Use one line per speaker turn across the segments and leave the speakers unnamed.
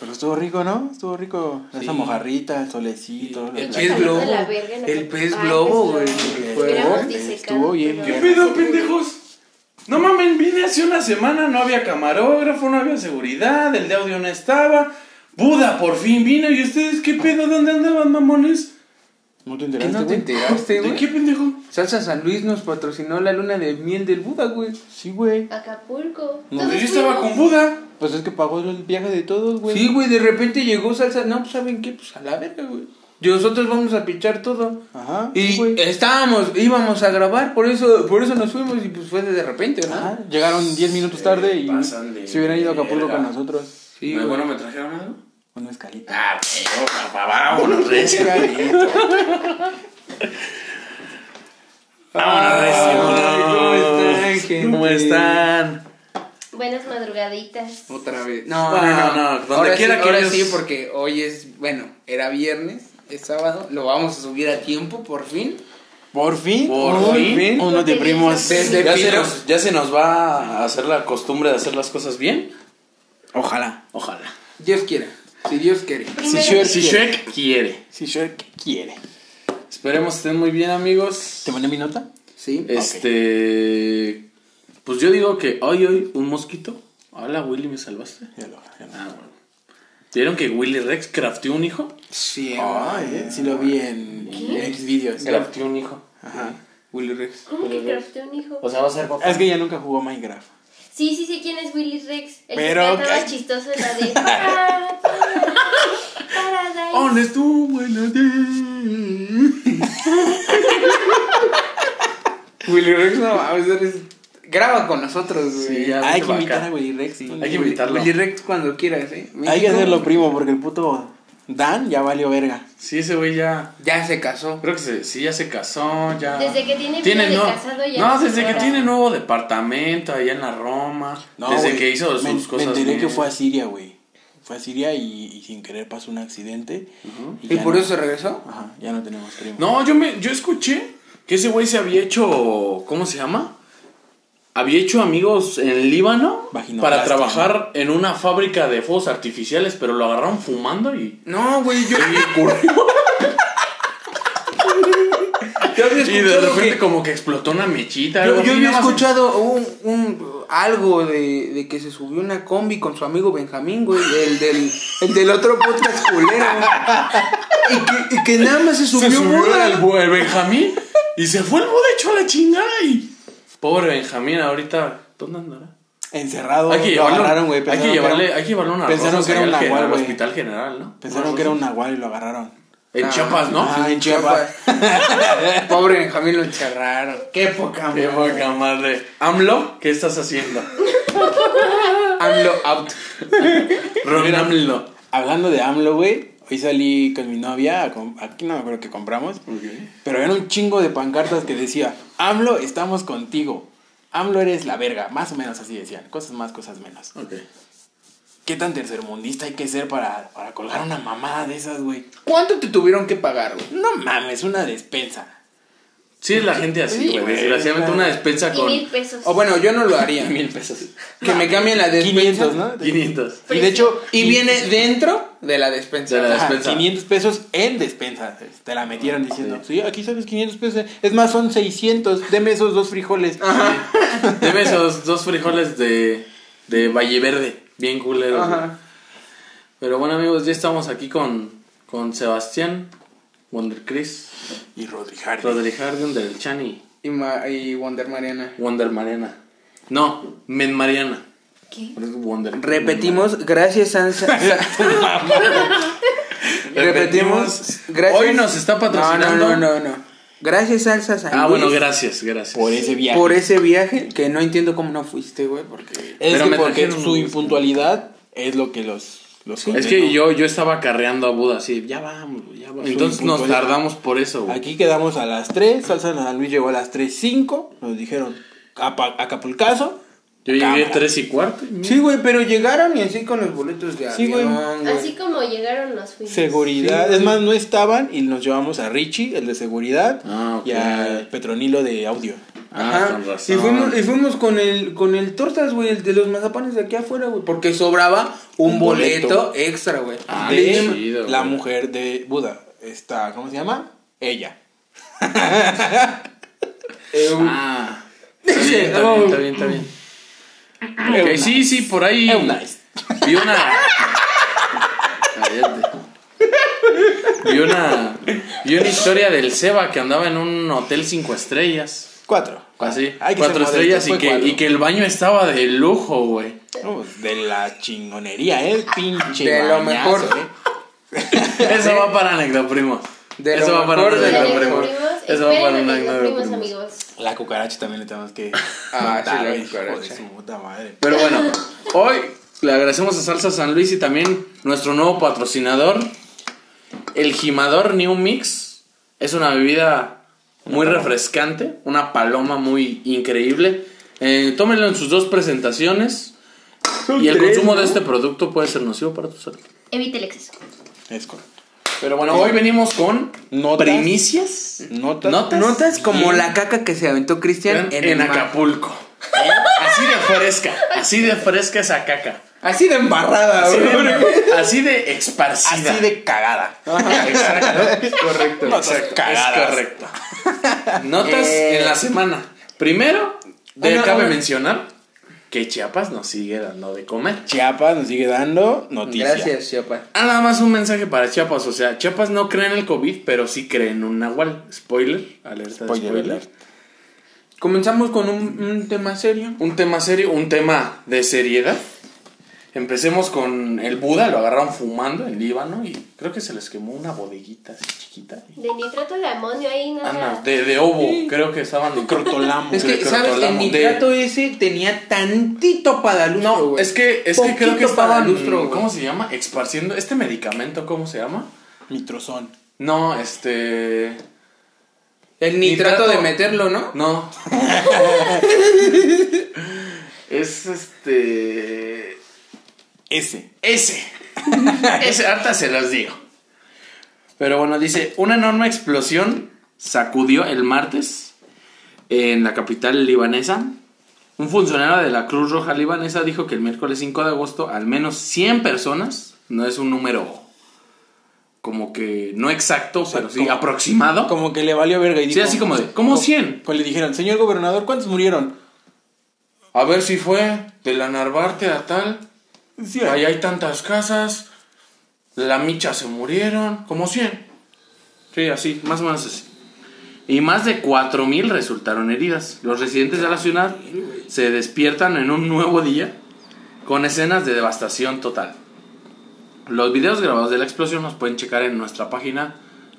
Pero estuvo rico, ¿no? Estuvo rico.
Sí.
Esa mojarrita, el solecito. la
El pez
playa.
globo.
A la verga, no
El
te-
pez
Ah,
globo, güey.
el pez
me
globo.
acuerdo.
Éramos disecado,
Estuvo bien,
pero-
¿Qué pedo, pendejos? No mamen, vine hace una semana, no había camarógrafo, no había seguridad, el de audio no estaba. Buda por fin vino y ustedes, ¿qué pedo? ¿Dónde andaban, mamones?
¿No te
¿Qué
enteraste,
no te
güey?
enteraste,
¿De qué
güey?
pendejo?
Salsa San Luis nos patrocinó la luna de miel del Buda, güey.
Sí, güey.
Acapulco.
No,
Todos
Pues yo estaba
fuimos.
con Buda.
Pues es que pagó el viaje de todos, güey.
Sí, güey, de repente llegó Salsa. No, pues, ¿saben qué? Pues a la verga, güey. Y Nosotros vamos a pichar todo.
Ajá. sí,
Y
güey.
estábamos, íbamos a grabar, por eso, por eso nos fuimos y pues fue de repente, ¿no?
Ajá, Llegaron 10 minutos tarde y
pasan de
se hubieran ido a Acapulco
verga.
con nosotros.
Sí,
Pero
güey.
bueno, ¿me trajeron algo?
Una escalita.
Ah, pero papá, vámonos, recio. Vámonos,
Ay, ¿cómo están,
recio.
gente?
¿Cómo están?
Buenas madrugaditas.
Otra vez. No,
No,
no, no.
Ah, no, donde
ahora
quiera
sí,
que
ahora
ellos-
sí, porque hoy es, bueno, era viernes, es sábado, lo vamos a subir a tiempo, por fin.
Por fin.
Por
uy,
fin.
Uno de primos.
Desde
Ya se,
Pinos.
nos, ya se nos va a hacer la costumbre de hacer las cosas bien.
Ojalá.
Ojalá.
Dios quiera, si Dios quiere.
Si
Primero
Shrek,
Si Shrek quiere.
Si Shrek quiere.
Esperemos estén muy bien, amigos.
¿Te mandé mi nota?
Sí.
Este. Pues yo digo que hoy, hoy, un mosquito. Hola, Willy, me salvaste.
Ya lo- ya lo-
Ah, bueno. ¿Vieron que Willy Rex crafteó un hijo?
Sí,
Ah,
güey.
eh, sí lo vi en X videos.
Crafteó un hijo.
Ajá.
Willy Rex.
¿Cómo que crafté un hijo?
O sea, va a ser papá.
Es que ella nunca jugó Minecraft.
Sí, sí, sí, ¿quién es Willy Rex? El
Pero,
que cantaba
¿qué?
chistoso la de... "Para, para, para,
¡Ah, Oh,
para".
¿Dónde estuvo? Buena Willy Rex, no, a veces graba con nosotros, güey.
Sí, ya.
Hay que
vaca.
invitar a Willy Rex.
Sí,
¿no?
Hay que
Willy-
invitarlo.
Willy Rex cuando quieras,
Hay
¿eh?
que
México.
hacerlo primo porque el puto Dan ya valió verga.
Sí, ese güey ya.
Ya se casó.
Creo que se- sí, ya se casó. ya
Desde que tiene vida de
nuevo-
casado ya
No,
no se
desde que
separa.
tiene nuevo departamento allá en la Roma.
No,
desde
güey,
que hizo sus
me-
cosas.
Me enteré
bien.
que fue a Siria, güey. Fue a Siria y, y sin querer pasó un accidente.
¿Y
ya
por
no-
eso se regresó?
Ajá, ya no tenemos primo.
No, yo me, yo escuché que ese güey se había hecho, ¿cómo se llama? Había hecho amigos en Líbano para
Vaginoplastia,
trabajar en una fábrica de fuegos artificiales, pero lo agarraron fumando y.
No, güey, yo. yo
Y
había
de
escuchado
repente
que-
como que explotó una mechita.
yo-
algo así,
yo había
nada más.
escuchado un, un- algo de, de que se subió una combi con su amigo Benjamín, güey, el del, el del otro podcast culero. Y que, y que nada más se
Se
subió,
subió
Buda.
el, bu- el Benjamín y se fue el de hecho a la chingada y. Pobre Benjamín, ahorita. ¿Dónde andará?
Encerrado.
Hay que
lo
llevarlo.
agarraron, güey.
hay que
pensaron
llevarle,
era-
hay que llevarle una
pensaron
rosa
que era
allá
un
al gen-
nahual,
al
güey.
hospital general, ¿no?
Pensaron
Una
que era un
rosa.
nahual y lo agarraron.
En
Ah.
Chiapas, ¿no?
Ah, en
Chiapas.
Chiapas.
Pobre Benjamín lo encerraron. Qué poca
Qué
madre.
poca madre. AMLO, ¿qué estás haciendo?
AMLO out.
Robin AMLO.
Hablando de AMLO, güey. Hoy salí con mi novia. a com- Aquí no me acuerdo que compramos. Pero era un chingo de pancartas que decía, AMLO, estamos contigo. AMLO eres la verga. Más o menos así decían. Cosas más, cosas menos.
Ok.
¿Qué tan tercermundista hay que ser para, para colgar una mamada de esas, güey?
¿Cuánto te tuvieron que pagar, güey?
No mames, una despensa.
Sí, es la gente así,
Sí,
güey.
güey, claro.
Desgraciadamente una despensa
Y
con Oh,
mil pesos.
O bueno, yo no lo haría.
mil pesos.
Que me cambien la despensa.
500, ¿no?
500.
Y de hecho...
Y viene dentro de la despensa.
De la
ajá,
despensa. Ah,
500 pesos en despensa. eh, Te la metieron diciendo, sí, aquí sabes 500 pesos. eh, Es más, son 600. Deme esos dos frijoles.
Ah. Deme esos dos frijoles de, de Valle Verde. Bien culeros. güey.
Ajá.
Pero bueno, amigos, ya estamos aquí con, con Sebastián, Wonder Chris,
Y Rodrijardo.
Rodríguez Harden del Chani,
Y, Ma- y Wonder Mariana.
Wonder Mariana. No, Men Mariana.
¿Qué?
Pero es Wonder.
Repetimos, gracias Sansa. Repetimos, gracias.
Hoy nos está patrocinando.
No, no, no, no. no. Gracias Salsa San
Ah,
Luis
bueno, gracias, gracias.
Por ese viaje.
Por ese viaje que no entiendo cómo no fuiste, güey, porque
Es
Pero
que
me
porque
trajeron
su
un-
impuntualidad es lo que los... los
Es
condenó.
que yo, yo estaba carreando a Buda, así, ya vamos, güey, ya vamos. Entonces
Soy
nos
puntual.
tardamos por eso, güey.
Aquí quedamos a las 3, Salsa de San Luis llegó a las 3.05, nos dijeron Apa- Acapulcazo,
Yo llegué
Cámara.
tres y cuarto. y mira.
Sí, güey, pero llegaron y así con los boletos de
Sí, güey.
avión, güey.
Así como llegaron los fuimos.
Seguridad.
Sí.
es más, no estaban y nos llevamos a Richie, el de seguridad,
Ah, ok.
y a Petronilo de audio.
Ah,
Ajá.
con razón.
Y fuimos, y fuimos con el con el tortas, güey, el de los mazapanes de aquí afuera, güey. Porque sobraba un,
Un boleto.
boleto. extra, güey.
Ah,
de
qué chido,
la
güey.
mujer de Buda. Está, ¿cómo se llama? Ella.
Eh,
Ah. Está bien, está bien, está bien, está bien.
Ah,
Ok,
Eunice.
sí, sí, por ahí.
Eunice.
Vi una. Cállate. Vi una. Vi una historia del Seba que andaba en un hotel cinco estrellas.
Cuatro.
Así.
Hay que
cuatro
ser modestos,
estrellas y
fue
que,
cuatro.
y que el baño estaba de lujo, güey.
No, pues, de la chingonería, ¿eh? Pinche.
De lo
bañazo,
mejor.
¿eh?
Eso va para anecdoprimos.
De
Eso
lo
va para
mejor de lo
anecdoprimos. Eso va para
primos,
anecdoprimos.
amigos.
La cucaracha también le tenemos que.
Ah, sí,
matar,
la
güey, hijo de
cucaracha.
su puta madre.
Pero bueno, hoy le agradecemos a Salsa San Luis y también nuestro nuevo patrocinador, el Jimador New Mix. Es una bebida muy refrescante, una paloma muy increíble. Eh, tómenlo en sus dos presentaciones. Y el consumo de este producto puede ser nocivo para tu salud.
Evite el exceso.
Es correcto.
Pero bueno, hoy venimos con
Notas.
primicias.
Notas.
Notas como
Y-
la caca que se aventó Cristian
en,
el mar.
Acapulco. Así de fresca, así de fresca esa caca.
Así de embarrada,
Así
güey.
de, así de esparcida.
Así de cagada.
Exacto.
Correcto.
Notas cagadas.
Es correcto. Notas
Eh.
en la semana. Primero, de-
Una-
cabe
una-
mencionar que Chiapas nos sigue dando de comer.
Chiapas nos sigue dando noticias.
Gracias, Chiapa.
Ah, nada más un mensaje para Chiapas. O sea, Chiapas no cree en el COVID, pero sí cree en un nahual. Spoiler, alerta de
Spoiler
spoiler.
alert.
Comenzamos con un, un tema serio.
Un tema serio, un tema de seriedad. Empecemos con el Buda, lo agarraron fumando en Líbano y creo que se les quemó una bodeguita así chiquita.
De nitrato de amonio ahí
Anda,
nada.
Ah, de, de ovo, creo que estaban
Crotolamo.
Es que,
Creo que
¿sabes? El
hablamos de-
nitrato ese tenía tantito padalustro,
No,
güey.
es que, es que creo que
Poquito
estaban,
padalustro, güey.
¿cómo se llama? Esparciendo, este medicamento, ¿cómo se llama?
Mitrozón.
No, este,
El nitrato,
nitrato-
de meterlo, ¿no?
no. es este,
Ese.
ese, ese, harta se los digo. Pero bueno, dice, una enorme explosión sacudió el martes en la capital libanesa. Un funcionario de la Cruz Roja libanesa dijo que el miércoles 5 de agosto al menos 100 personas, no es un número como que no exacto, pero sí
como-
aproximado.
Como que le valió verga y
Sí,
dijo.
así como de, ¿cómo 100?
Pues le dijeron, señor gobernador, ¿cuántos murieron?
A ver si fue de la Narvarte a tal.
Sí,
Ahí hay tantas casas. La micha se murieron. Como 100. Sí, así, más o menos así. Y más de 4.000 resultaron heridas. Los residentes de la ciudad se despiertan en un nuevo día con escenas de devastación total. Los videos grabados de la explosión los pueden checar en nuestra página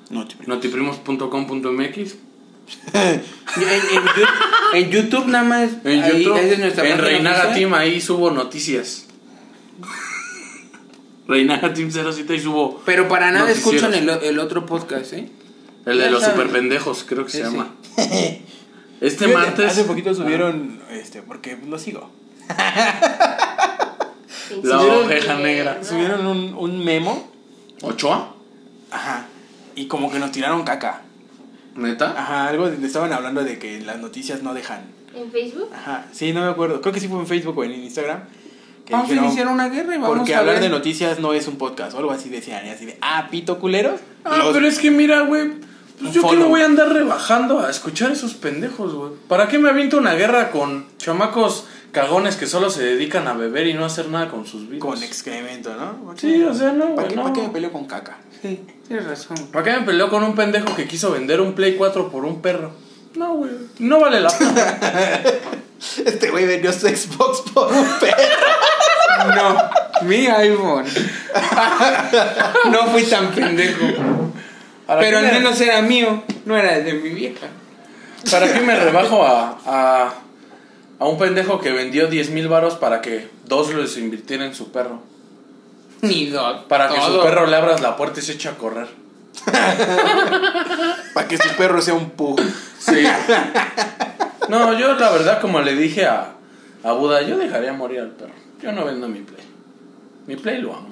No, te-
notiprimos.com.mx.
En, en Yu- en YouTube nada más.
En
ahí,
YouTube,
esa es nuestra
en
página
Reinaga
oficial.
Team, ahí subo noticias. Reinaga Team 07 y subo
Pero para nada
Noticieros.
escuchan el, el otro podcast, ¿eh?
el de
Ya
los
saben.
super pendejos, creo que se
Ese.
llama. Este
Fíjate,
martes
Hace poquito subieron, este, porque lo sigo.
La oveja negra.
Subieron un, un memo.
Ochoa,
Ajá. Y como que nos tiraron caca.
neta.
Ajá, algo de, estaban hablando de que las noticias no dejan.
¿En Facebook?
Ajá. Sí, no me acuerdo. Creo que sí fue en Facebook o en Instagram. que
Ah,
Vamos
dijeron,
a iniciar una guerra y vamos
Porque
a
hablar
ver".
de noticias no es un podcast o algo así decían. Y así de, ah, pito culeros.
Ah,
Los-
pero es que mira, güey, pues
Un
yo que
follow.
lo voy a andar rebajando a escuchar esos pendejos, güey. ¿Para qué me aviento una guerra con chamacos cagones que solo se dedican a beber y no a hacer nada con sus vidas?
Con excremento, ¿no?
Sí, o sea, no,
¿Para
güey,
qué,
no.
¿Para qué me peleo con caca?
Sí, tienes razón.
¿Para qué me peleó con un pendejo que quiso vender un Play 4 por un perro? No, güey. No vale la pena.
Este güey vendió su Xbox por un perro.
No, mi iPhone. no fui tan pendejo.
¿Para
Pero
qué
al
me-
menos era mío, no era de mi vieja.
¿Para qué me rebajo a, a, a un pendejo que vendió 10 mil varos para que dos los invirtieran en su perro?
Ni dos.
Para que su perro le abras la puerta y se eche a correr.
Para que su perro sea un pug.
Sí. No, yo la verdad, como le dije a, A Buda, yo dejaría morir al perro. Yo no vendo mi play. Mi play lo amo.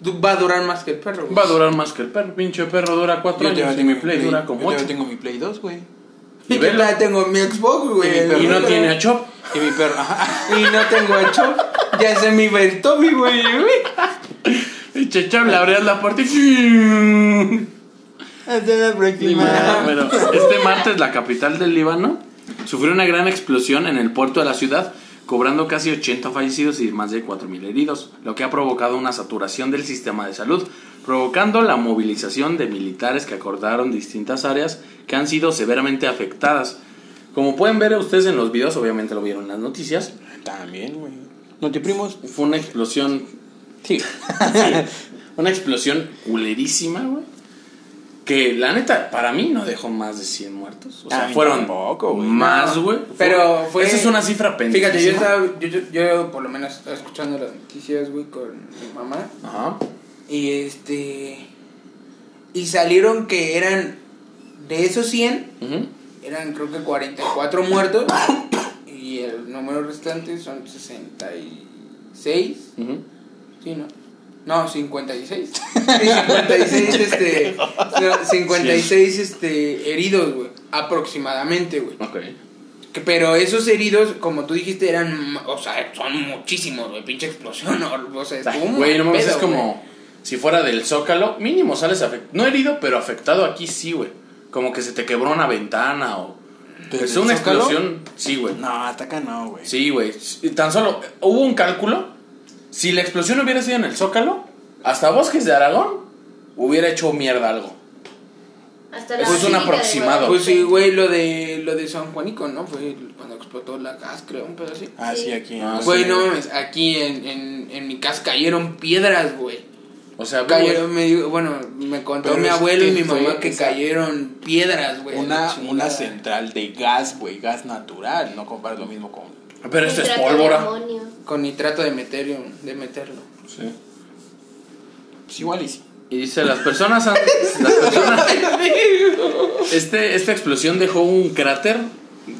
Du- Va a durar más que el perro. güey.
Va a durar más que el perro. Pinche perro dura cuatro
Yo todavía
años y
tengo
mi play dura como
yo todavía
ocho.
tengo mi Play 2, güey.
Y yo todavía tengo mi Xbox, güey.
Y mi
Y
perro.
no tiene a Chop.
Y mi perro, ajá.
Y no tengo a Chop. Ya se me iba el Toby, güey. güey.
Pinche Chop, le abrías la puerta y... Este
Hasta la
Ni madre,
próxima.
pero este martes la capital del Líbano sufrió una gran explosión en el puerto de la ciudad, cobrando casi 80 fallecidos y más de 4.000 heridos, lo que ha provocado una saturación del sistema de salud, provocando la movilización de militares que acordaron distintas áreas que han sido severamente afectadas. Como pueden ver ustedes en los videos, obviamente lo vieron en las noticias,
También, güey. ¿No te primos?
fue una explosión
Sí.
una explosión culerísima, güey. Que la neta, para mí no dejó más de 100 muertos. O
A
sea,
mí
fueron
tampoco, güey.
más,
No,
güey.
pero fue-
Esa es una cifra pendeja.
Fíjate, yo estaba. Yo, yo, yo por lo menos estaba escuchando las noticias, güey, con mi mamá.
Ajá.
Y este. Y salieron que eran. De esos 100,
Ujú.
eran creo que 44 muertos. y el número restante son 66.
Ujú.
Sí, ¿no? No, 56. Sí, 56, este. no, 56, este. Heridos, güey. Aproximadamente, güey.
Ok.
Que- Pero esos heridos, como tú dijiste, eran. m- O sea, son muchísimos, güey. Pinche explosión. O o sea, estuvo
Ay,
un
Güey, no mames,
pedo,
es como si fuera del zócalo. Mínimo sales afectado. No herido, pero afectado aquí sí, güey. Como que se te quebró una ventana o.
¿Desde
Pues es
el
una
Zócalo?
explosión. Sí, güey.
No, hasta acá no, güey.
Sí, güey. Y Tan solo eh, hubo un cálculo. Si la explosión hubiera sido en el Zócalo, hasta Bosques de Aragón hubiera hecho mierda algo.
Hasta
Eso es un
hormiguita de
aproximado.
huevo.
Pues sí, güey, lo de, lo de San Juanico, ¿no? Fue cuando explotó la gas, creo, un pedo así.
Ah, sí, aquí.
Ah,
Güey,
sí.
no mames, aquí en, en, en mi casa cayeron piedras, güey.
O sea,
Cayeron, me, digo- bueno, me contó
Pero
mi
es
abuelo y
que
mi mamá
fue
que
esa-
cayeron piedras, güey.
Una,
Sí,
una
nada.
central de gas, güey, gas natural. No comparas lo mismo con.
güey, pero esto es
Nitrato de
pólvora.
amonio.
Con nitrato de meterio, de meterlo.
Sí.
Pues igual y sí.
Y dice, las personas han- las personas- este, esta explosión dejó un cráter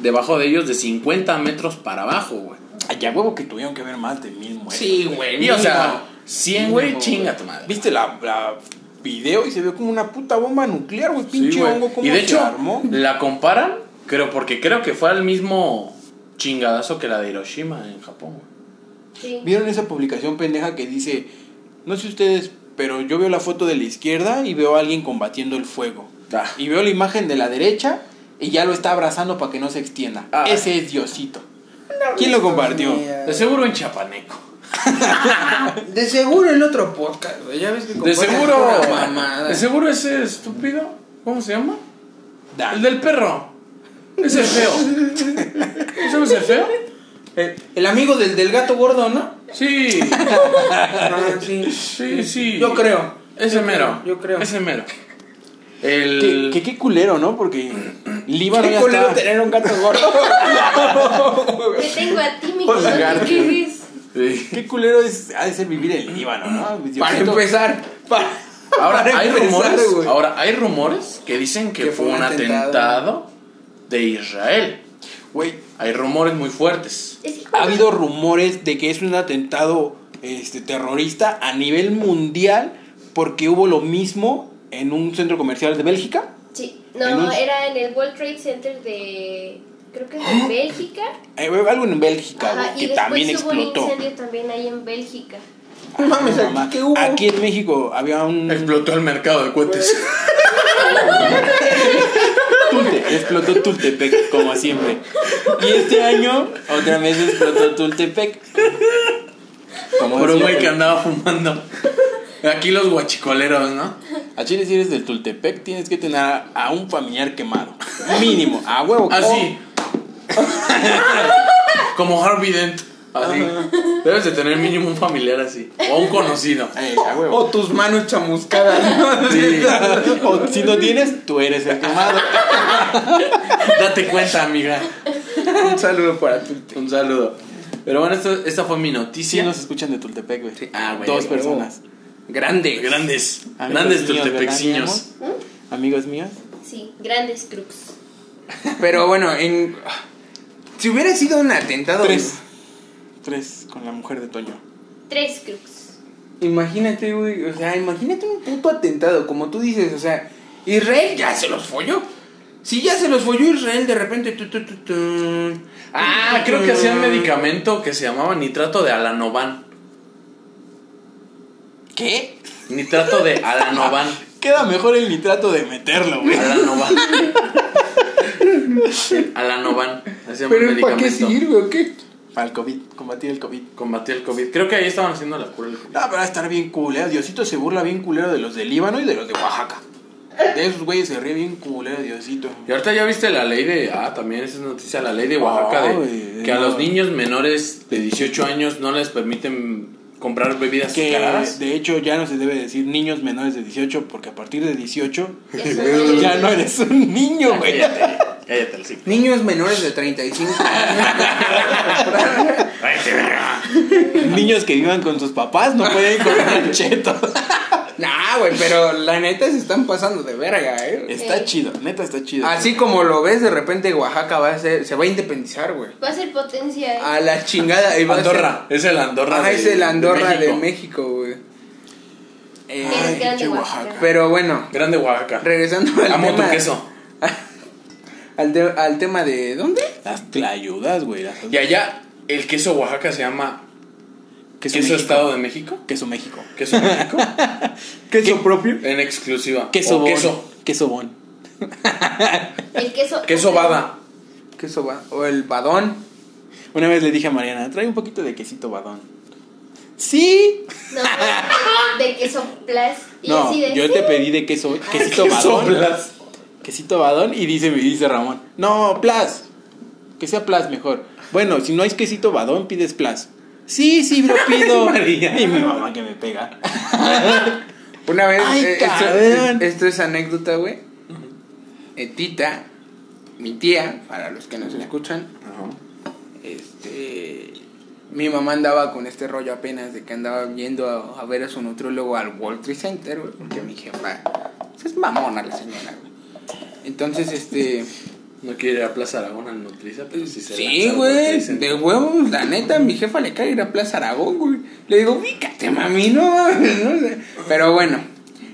debajo de ellos de 50 metros para abajo, güey.
Allá huevo que tuvieron que ver más de mil muertos.
Sí, güey.
Y o sea,
mínimo.
100, güey,
Mínimo,
chinga tu madre.
¿Viste la, la video y se vio como una puta bomba nuclear, güey?
Sí,
Pinche
güey.
hongo, ¿cómo
y de
se
hecho,
armó?
la comparan, creo, porque creo que fue al mismo chingadazo que la de Hiroshima en Japón, güey.
Sí.
¿Vieron esa publicación pendeja que dice, no sé ustedes, pero yo veo la foto de la izquierda y veo a alguien combatiendo el fuego?
Ah.
Y veo la imagen de la derecha y ya lo está abrazando para que no se extienda.
Ah.
Ese es Diosito. ¿Quién lo compartió?
De seguro en Chapaneco.
De seguro el otro podcast, güey. Ya ves que
De
comparten
seguro.
pura mamada.
De seguro ese estúpido. ¿Cómo se llama?
Da.
El del perro. Ese feo. ¿Ese no es el feo?
El, Eh, el amigo del, del gato gordo, ¿no?
Sí.
Ah, sí.
Sí, sí.
Yo creo.
Ese
Yo
mero.
creo, yo creo.
Ese mero.
Que,
El.
que- qué culero, ¿no? Porque Líbano
Qué
ya
culero
está...
tener un gato gordo.
Te tengo a ti, mi
Por
corazón,
lagarto.
¿qué dices?
Sí.
Qué culero es, ha de ser vivir en Líbano, ¿no?
Para
Diosito.
empezar. para-
Ahora
para
hay
empezar,
rumores.
güey.
Ahora hay rumores que dicen que, fue un atentado, de Israel.
Güey,
Hay rumores muy fuertes.
Es que
ha habido rumores de que es un atentado este, terrorista a nivel mundial porque hubo lo mismo en un centro comercial de Bélgica.
Sí,
En
no,
un-
era en el World Trade Center de. Creo que de Bélgica.
Eh, algo en Bélgica,
Ajá,
güey,
y
que
después
también
hubo
explotó.
un incendio también ahí en Bélgica.
No mames,
No,
¿aquí
mamá.
qué hubo?
Aquí en México había un...
Explotó el mercado de cohetes.
Tulte, explotó Tultepec, como siempre. Y este año, otra vez explotó Tultepec. Como
Por un
siempre.
güey que andaba fumando. Aquí los guachicoleros, ¿no?
A Chile, si eres del Tultepec, tienes que tener a, a un familiar quemado. Mínimo, a huevo.
Ah,
Así. Como Harvey Dent. Así. Debes de tener mínimo un familiar así. O un conocido.
O- eh, a huevo.
O tus manos chamuscadas, ¿no?
Sí.
O si no tienes, tú eres el quemado.
Date cuenta, amiga.
Un saludo para tu
Un saludo. Pero bueno, esto- esta fue mi
Sí
noticia.
nos escuchan de Tultepec, güey.
Ah, güey,
Dos
a huevo.
personas.
Grande.
Grandes.
Amigos
grandes
míos, ¿verdad,
tultepecciños.
mi amor? ¿Mm? Amigos míos.
Sí, grandes crux.
Pero bueno, en. Si hubiera sido un atentado.
Tres. Tres con la mujer de Toño.
Tres crux.
Imagínate, güey, o sea, imagínate un puto atentado, como tú dices, o sea, Israel ya se los folló. Si ya se los folló Israel, de repente... tu, tu, tu, tu,
Ah,
tu, tu,
creo que
tu.
hacían medicamento que se llamaba nitrato de alanovan.
¿Qué?
Nitrato de alanovan.
Queda mejor el nitrato de meterlo, güey.
Alanovan. Alanovan. Hacían
Pero ¿para qué
medicamento.
sirve o qué?
Para el COVID, combatir el COVID.
Combatió el COVID. Creo que ahí estaban haciendo la cura del COVID.
Ah, pero va a estar bien culero. Diosito se burla bien culero de los de Líbano y de los de Oaxaca. De esos güeyes se ríe bien culero, Diosito.
Y ahorita ya viste la ley de. Ah, también esa es noticia, la ley de Oaxaca
Ay,
de que a
no.
los niños menores de 18 años no les permiten comprar bebidas
Que
azucaradas.
de hecho ya no se debe decir niños menores de 18 porque a partir de 18
Ya son adultos.
ya no eres un niño, güey.
Cállate, cállate el sí.
Niños menores de 35.
Niños que vivan con sus papás no pueden comprar cheto.
nah, güey, pero la neta se están pasando de verga, eh.
Está chido, neta está chido.
Así como lo ves, de repente Oaxaca va a ser, se va a independizar, güey.
Va a ser potencia. ¿eh?
A la chingada. y va a ser-
Andorra. Es el Andorra.
Ah,
de-
es el Andorra de
México.
México, güey. Eh,
Ay, grande
pinche
Oaxaca.
pero bueno,
Grande Oaxaca.
regresando al
Amo
tema.
tu queso.
Al, te- al tema de. ¿Dónde?
Las tlayudas, güey. Las...
Y allá, el queso Oaxaca se llama
Queso,
queso
México.
Estado de México.
Queso México.
Queso México.
Queso propio.
En exclusiva.
Queso
O
bon.
queso.
Queso bon.
El queso.
Queso bada.
Queso va. O el badón.
Una vez le dije a Mariana, trae un poquito de quesito badón. Sí.
No, no, de queso plus. Y
No,
así de.
yo te pedí de queso, quesito badón.
Soplas.
Quesito badón y dice, me dice Ramón, no, plas. Que sea plas mejor. Bueno, si no hay quesito badón, pides plas. Sí, sí, lo pido.
Mariana.
y mi mamá que me pega.
Una vez.
Ay,
eh, esto,
cabrón.
esto es anécdota, güey. Eh, tita, mi tía, para los que nos escuchan, este. Mi mamá andaba con este rollo apenas de que andaba viendo a, a ver a su nutriólogo al World Trade Center, güey. Porque mi jefa pues, es mamona la señora, güey. Entonces, este.
No quiere ir a Plaza Aragón al Nutriza, pero sí se
Sí,
lanza al
güey,
Nutriza.
de huevos, la neta, mi jefa le cae ir a Plaza Aragón, güey. Le digo, ubícate, mami, no mames", ¿no? Pero bueno,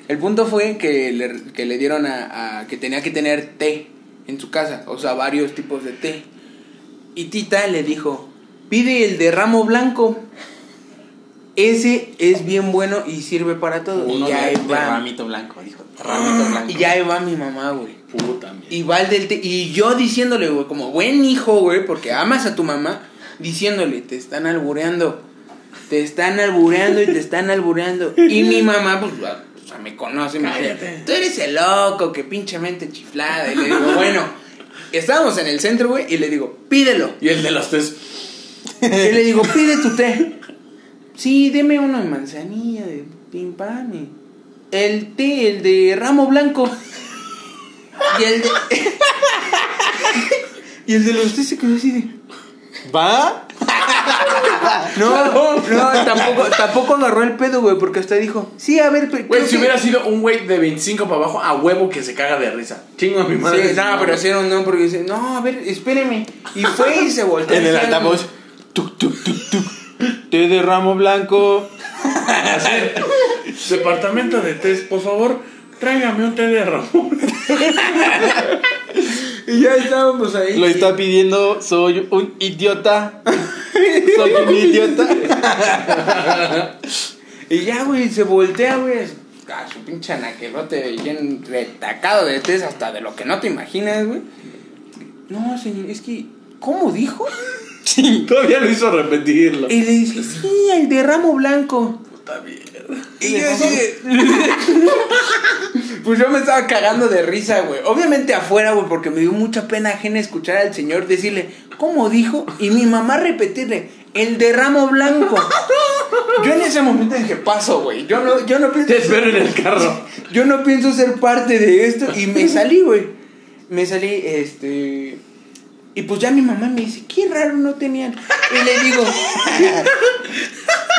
el punto fue que le, que le dieron a, a que tenía que tener té en su casa, o sea, varios tipos de té. Y Tita le dijo, pide el de ramo blanco. Ese es bien bueno y sirve para todo.
Uno
y, ahí
de, de
va,
ramito blanco, dijo. Ramito blanco.
y ahí va mi mamá, güey.
Puta mierda.
Y va el del té- Y yo diciéndole, güey, como buen hijo, güey, porque amas a tu mamá, diciéndole, te están albureando. Te están albureando y te están albureando. Y mi mamá, pues, va, o sea, me conoce, me dice, tú eres el loco, que pinche mente chiflada. Y le digo, bueno, estábamos en el centro, güey, y le digo, pídelo.
Y el de los tres.
Y le digo, pide tu té. Sí, deme una manzanilla de pim pam. y- El té, el de ramo blanco. Y el de. y el de los té se quedó así de.
¿Va?
No, no, tampoco, tampoco agarró el pedo, güey, porque hasta dijo, sí, a ver, pero.
Güey, si hubiera sido un güey de 25 para abajo, a huevo que se caga de risa. Chingo a mi madre.
Sí, no, pero sí era un no, porque dice, no, a ver, espéreme. Y fue y se volteó.
En el
hacia él.
altavoz. Tuk, tuk, tuk, tuk. Té de ramo blanco.
Departamento de test, por favor, tráigame un té de Ramón.
Y ya estábamos ahí.
Lo está pidiendo, soy un idiota. Soy un idiota.
Y ya, güey, se voltea, güey. A su pinche anaquelote bien retacado de test hasta de lo que no te imaginas, güey. No, señor, es que. ¿Cómo dijo?
Todavía lo hizo repetirlo.
Y le dije, sí, el de ramo blanco.
Puta mierda.
Y yo así de- Pues yo me estaba cagando de risa, güey. Obviamente afuera, güey, porque me dio mucha pena ajena escuchar al señor decirle, ¿cómo dijo? Y mi mamá repetirle, el de ramo blanco. Yo en ese momento dije, paso, güey. Yo no, yo no pienso.
Te espero en el carro.
Yo no pienso ser parte de esto. Y me salí, güey. Me salí, este. Y pues ya mi mamá me dice, qué raro no tenían. Y le digo,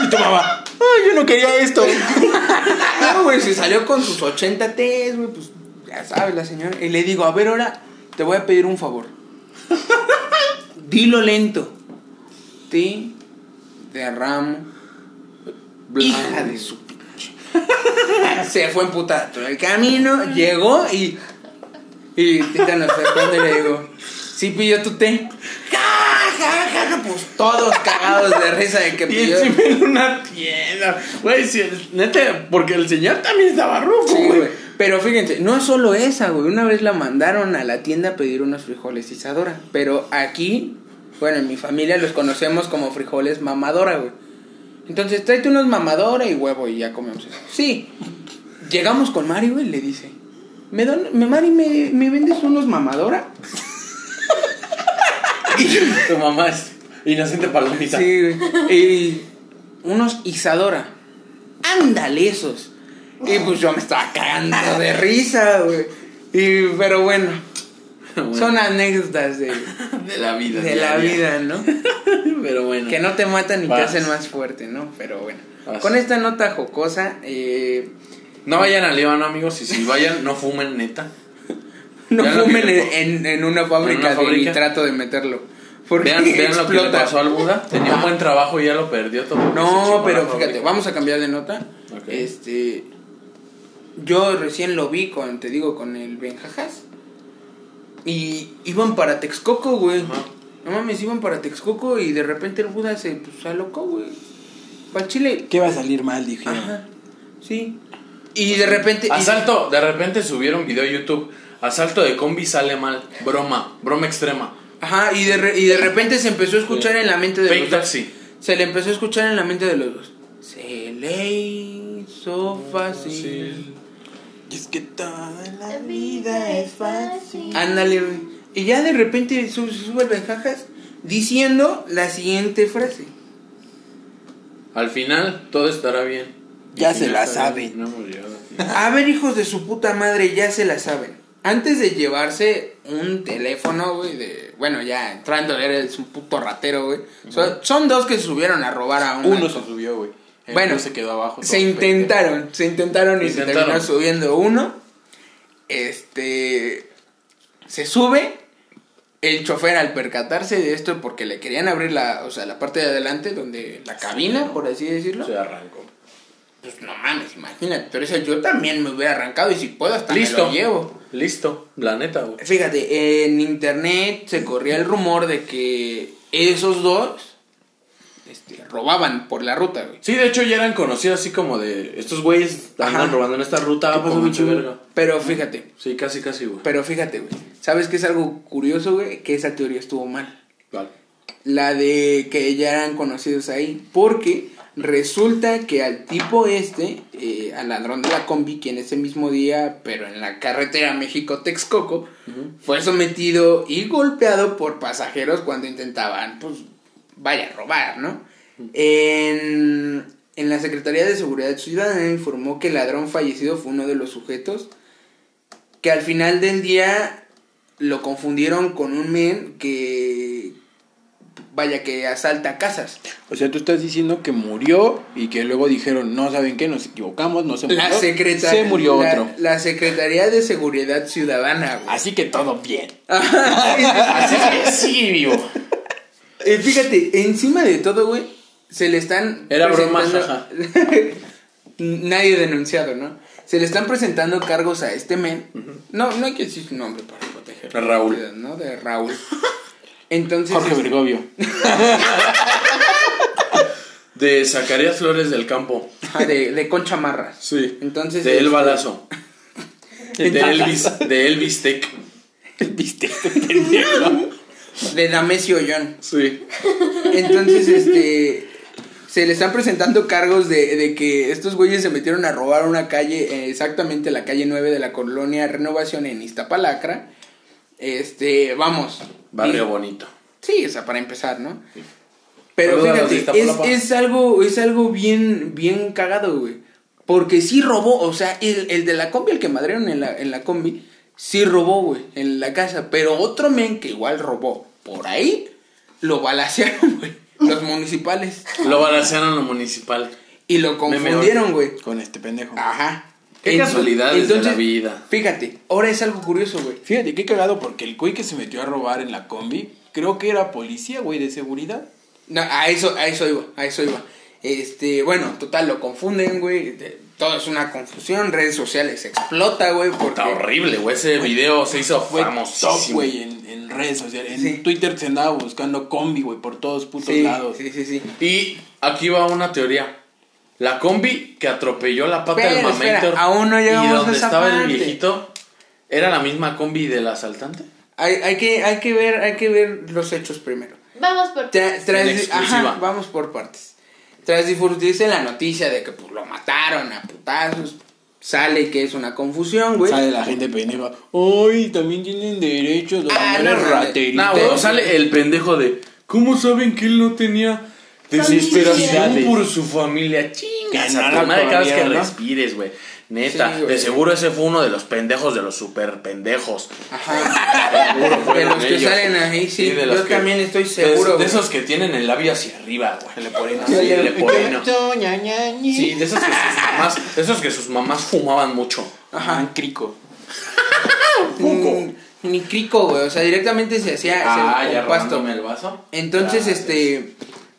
Y tu mamá. "Ay, yo no quería esto.
no, güey, se salió con sus 80 T's, güey, pues ya sabes la señora. Y le digo, a ver, ahora te voy a pedir un favor. Dilo lento. Té derramo. Hija de su pinche. Se fue emputada todo el camino, llegó y. Y Tita nos sorprende y le digo: Sí, pilló tu té. Ja, ja, ja, ja, Pues todos cagados de risa de que
Y
pilló.
encima en una tienda. Güey, si el- neta, porque el señor también estaba ruco,
Sí,
güey.
güey. Pero fíjense, no solo esa, güey. Una vez la mandaron a la tienda a pedir unos frijoles Isadora. Pero aquí, bueno, en mi familia los conocemos como frijoles mamadora, güey. Entonces, tráete unos mamadora y huevo y ya comemos eso. Sí. Llegamos con Mari, güey, y le dice. ¿Me don, me, Mari, me, me vendes unos mamadora?
Tu mamá es inocente palomita.
Sí, güey. Y unos Isadora. Ándale esos. Y pues yo me estaba cagando de risa, güey. Y, pero bueno.
Bueno,
Son anécdotas de,
de la vida.
de la
diaria.
vida, ¿no?
Pero bueno.
Que no te matan y te
Vas.
hacen más fuerte, ¿no? Pero bueno.
Vas.
Con esta nota jocosa, eh,
No vayan al Líbano, amigos. Y si vayan, no fumen, neta.
no
Ya lo
fumen
vi, ¿no?
en, en una fábrica de
fábrica.
trato de meterlo. Porque
Vean, vean lo que le
explota.
pasó al Buda. Tenía un buen trabajo y ya lo perdió todo. porque se chingó
No,
la
pero
fábrica.
fíjate, vamos a cambiar de nota.
Ok.
Este. Yo recién lo vi con, te digo, con el Benjajas. Y iban para Texcoco, güey.
Ajá.
No mames, iban para Texcoco y de repente el Buda se pues, alocó, güey. Para Chile.
¿Qué va a salir mal? Dije.
Ajá. Sí. Y de repente. y-
Asalto, de repente subieron video a YouTube. Asalto de combi sale mal. Broma, broma extrema.
ajá, y de, re- y de repente se empezó a escuchar en la mente de
Fake
los dos.
taxi.
Se le empezó a escuchar en la mente de los dos. Se le hizo fácil.
Y es que toda la
La
vida es fácil.
Ándale, güey. Y ya de repente su- sube las cajas diciendo la siguiente frase.
Al final, todo estará bien.
Ya
Al
se
final
la
estará
saben.
bien. No hemos llegado aquí.
A ver, hijos de su puta madre, ya se la saben. Antes de llevarse un teléfono, güey, de... Bueno, ya entrando, eres un puto ratero, güey. Son, son dos que se subieron a robar a una-
Uno se subió, güey. El
Bueno,
otro se quedó abajo.
Se
todo
intentaron, se intentaron y se
Intentaron.
terminó subiendo uno. Este. Se sube. El chofer, al percatarse de esto, porque le querían abrir la, o sea, la parte de adelante, donde la cabina, por así decirlo.
Se arrancó.
Pues no mames, imagínate. Pero eso yo también me hubiera arrancado y si puedo, hasta me
Listo.
lo llevo.
Listo. La neta, güey.
Fíjate, en internet se corría el rumor de que esos dos este, robaban por la ruta, güey.
Sí, de hecho ya eran conocidos así como de estos güeyes andan
Ajá.
robando en esta ruta.
¿Qué pasó,
pónganse
bicho, güey?
verga.
Pero fíjate,
Sí, casi, casi, güey.
Pero fíjate, güey. ¿Sabes qué es algo curioso, güey? Que esa teoría estuvo mal.
Vale.
La de que ya eran conocidos ahí. Porque resulta que al tipo este, eh, al ladrón de la combi, quien ese mismo día, pero en la carretera México-Texcoco, fue sometido y golpeado por pasajeros cuando intentaban, pues, vaya, robar, ¿no? En, en la Secretaría de Seguridad Ciudadana informó que el ladrón fallecido fue uno de los sujetos que al final del día lo confundieron con un men que vaya que asalta casas.
O sea, tú estás diciendo que murió y que luego dijeron, no saben qué, nos equivocamos, no se murió.
La secretaría
Se murió otro.
La Secretaría de Seguridad Ciudadana. güey.
Así que todo bien.
Así que sigue vivo.
Eh, fíjate, encima de todo, güey, se le están
Era broma,
presentando- Nadie denunciado, ¿no? Se le están presentando cargos a este men. No, no hay que decir su nombre para proteger.
A Raúl.
¿no? De Raúl. Entonces,
Jorge
este,
Bergovio.
De Zacarías Flores del Campo.
ajá, de, de Concha Marras.
Sí.
Entonces,
De El
este,
Balazo. De Elvis. De Elvis Tech.
¿Viste? pendejo.
de Damesio John.
Sí.
Entonces, este. Se le están presentando cargos de, de que estos güeyes se metieron a robar una calle, eh, exactamente la calle 9 de la colonia Renovación en Iztapalacra. Este, vamos.
Barrio
Y-
bonito.
Sí, o sea, para empezar, ¿no? Pero
Saludos a los de
fíjate, es,
Iztapalapa.
es algo, es algo bien, bien cagado, güey. Porque sí robó, o sea, el, el de la combi, el que madrearon en la, en la combi, sí robó, güey, en la casa. Pero otro men que igual robó por ahí, lo balacearon, güey. Los municipales.
Lo balacearon lo municipal.
Y lo confundieron, güey.
Con este pendejo.
Ajá.
Qué
Ento-
casualidades de la vida.
Fíjate, ahora es algo curioso, güey.
Fíjate, qué cagado, porque el güey que se metió a robar en la combi, creo que era policía, güey, de seguridad.
No, a eso, a eso iba, a eso iba. Este, bueno, total, lo confunden, güey. de- Todo es una confusión, redes sociales explota, güey. Porque,
Está horrible, güey. Ese video se hizo
Fue top,
famosísimo.
güey, en, en redes sociales. En
Sí.
Twitter se andaba buscando combi, güey, por todos putos
Sí,
lados.
sí, sí, sí.
Y aquí va una teoría. La combi que atropelló la pata del
Pero, espera,
mamento.
aún no llegamos
Y
a
donde
esa
estaba el
parte.
viejito, ¿era la misma combi del asaltante?
Hay, hay, que, hay, que ver, hay que ver los hechos primero.
Vamos por
Tra- tras-
En exclusiva.
ajá, vamos por partes. Tras difundirse la noticia de que pues, lo mataron a putazos, sale que es una confusión, güey.
Sale la gente pendeja. ¡Ay, también tienen derechos los
Ah,
señores
no, no, no.
rateritos!
No,
güey,
güey, sale el pendejo de. ¿Cómo saben que él no tenía desesperación
Familia.
por su familia? Chingas,
Que no
a
la
tu madre cada vez que
comieron, ¿no?
respires, güey. Neta,
Sí, güey.
de seguro ese fue uno de los pendejos de los super pendejos.
Ajá. de
fueron
los que
ellos.
salen ahí, sí.
Sí, de los
Yo
que-
también estoy
de,
seguro.
de
güey.
esos que tienen el labio hacia arriba, güey. Sí,
Sí, le-
el leporino.
Yo- ña, ña, ñi.
Sí, de esos que sus mamás, de esos que sus mamás fumaban mucho.
Ajá, un crico.
Mm, Ni crico, güey. O sea, directamente se hacía
Ah,
se- un pasto.
el vaso.
Entonces,
Gracias.
este.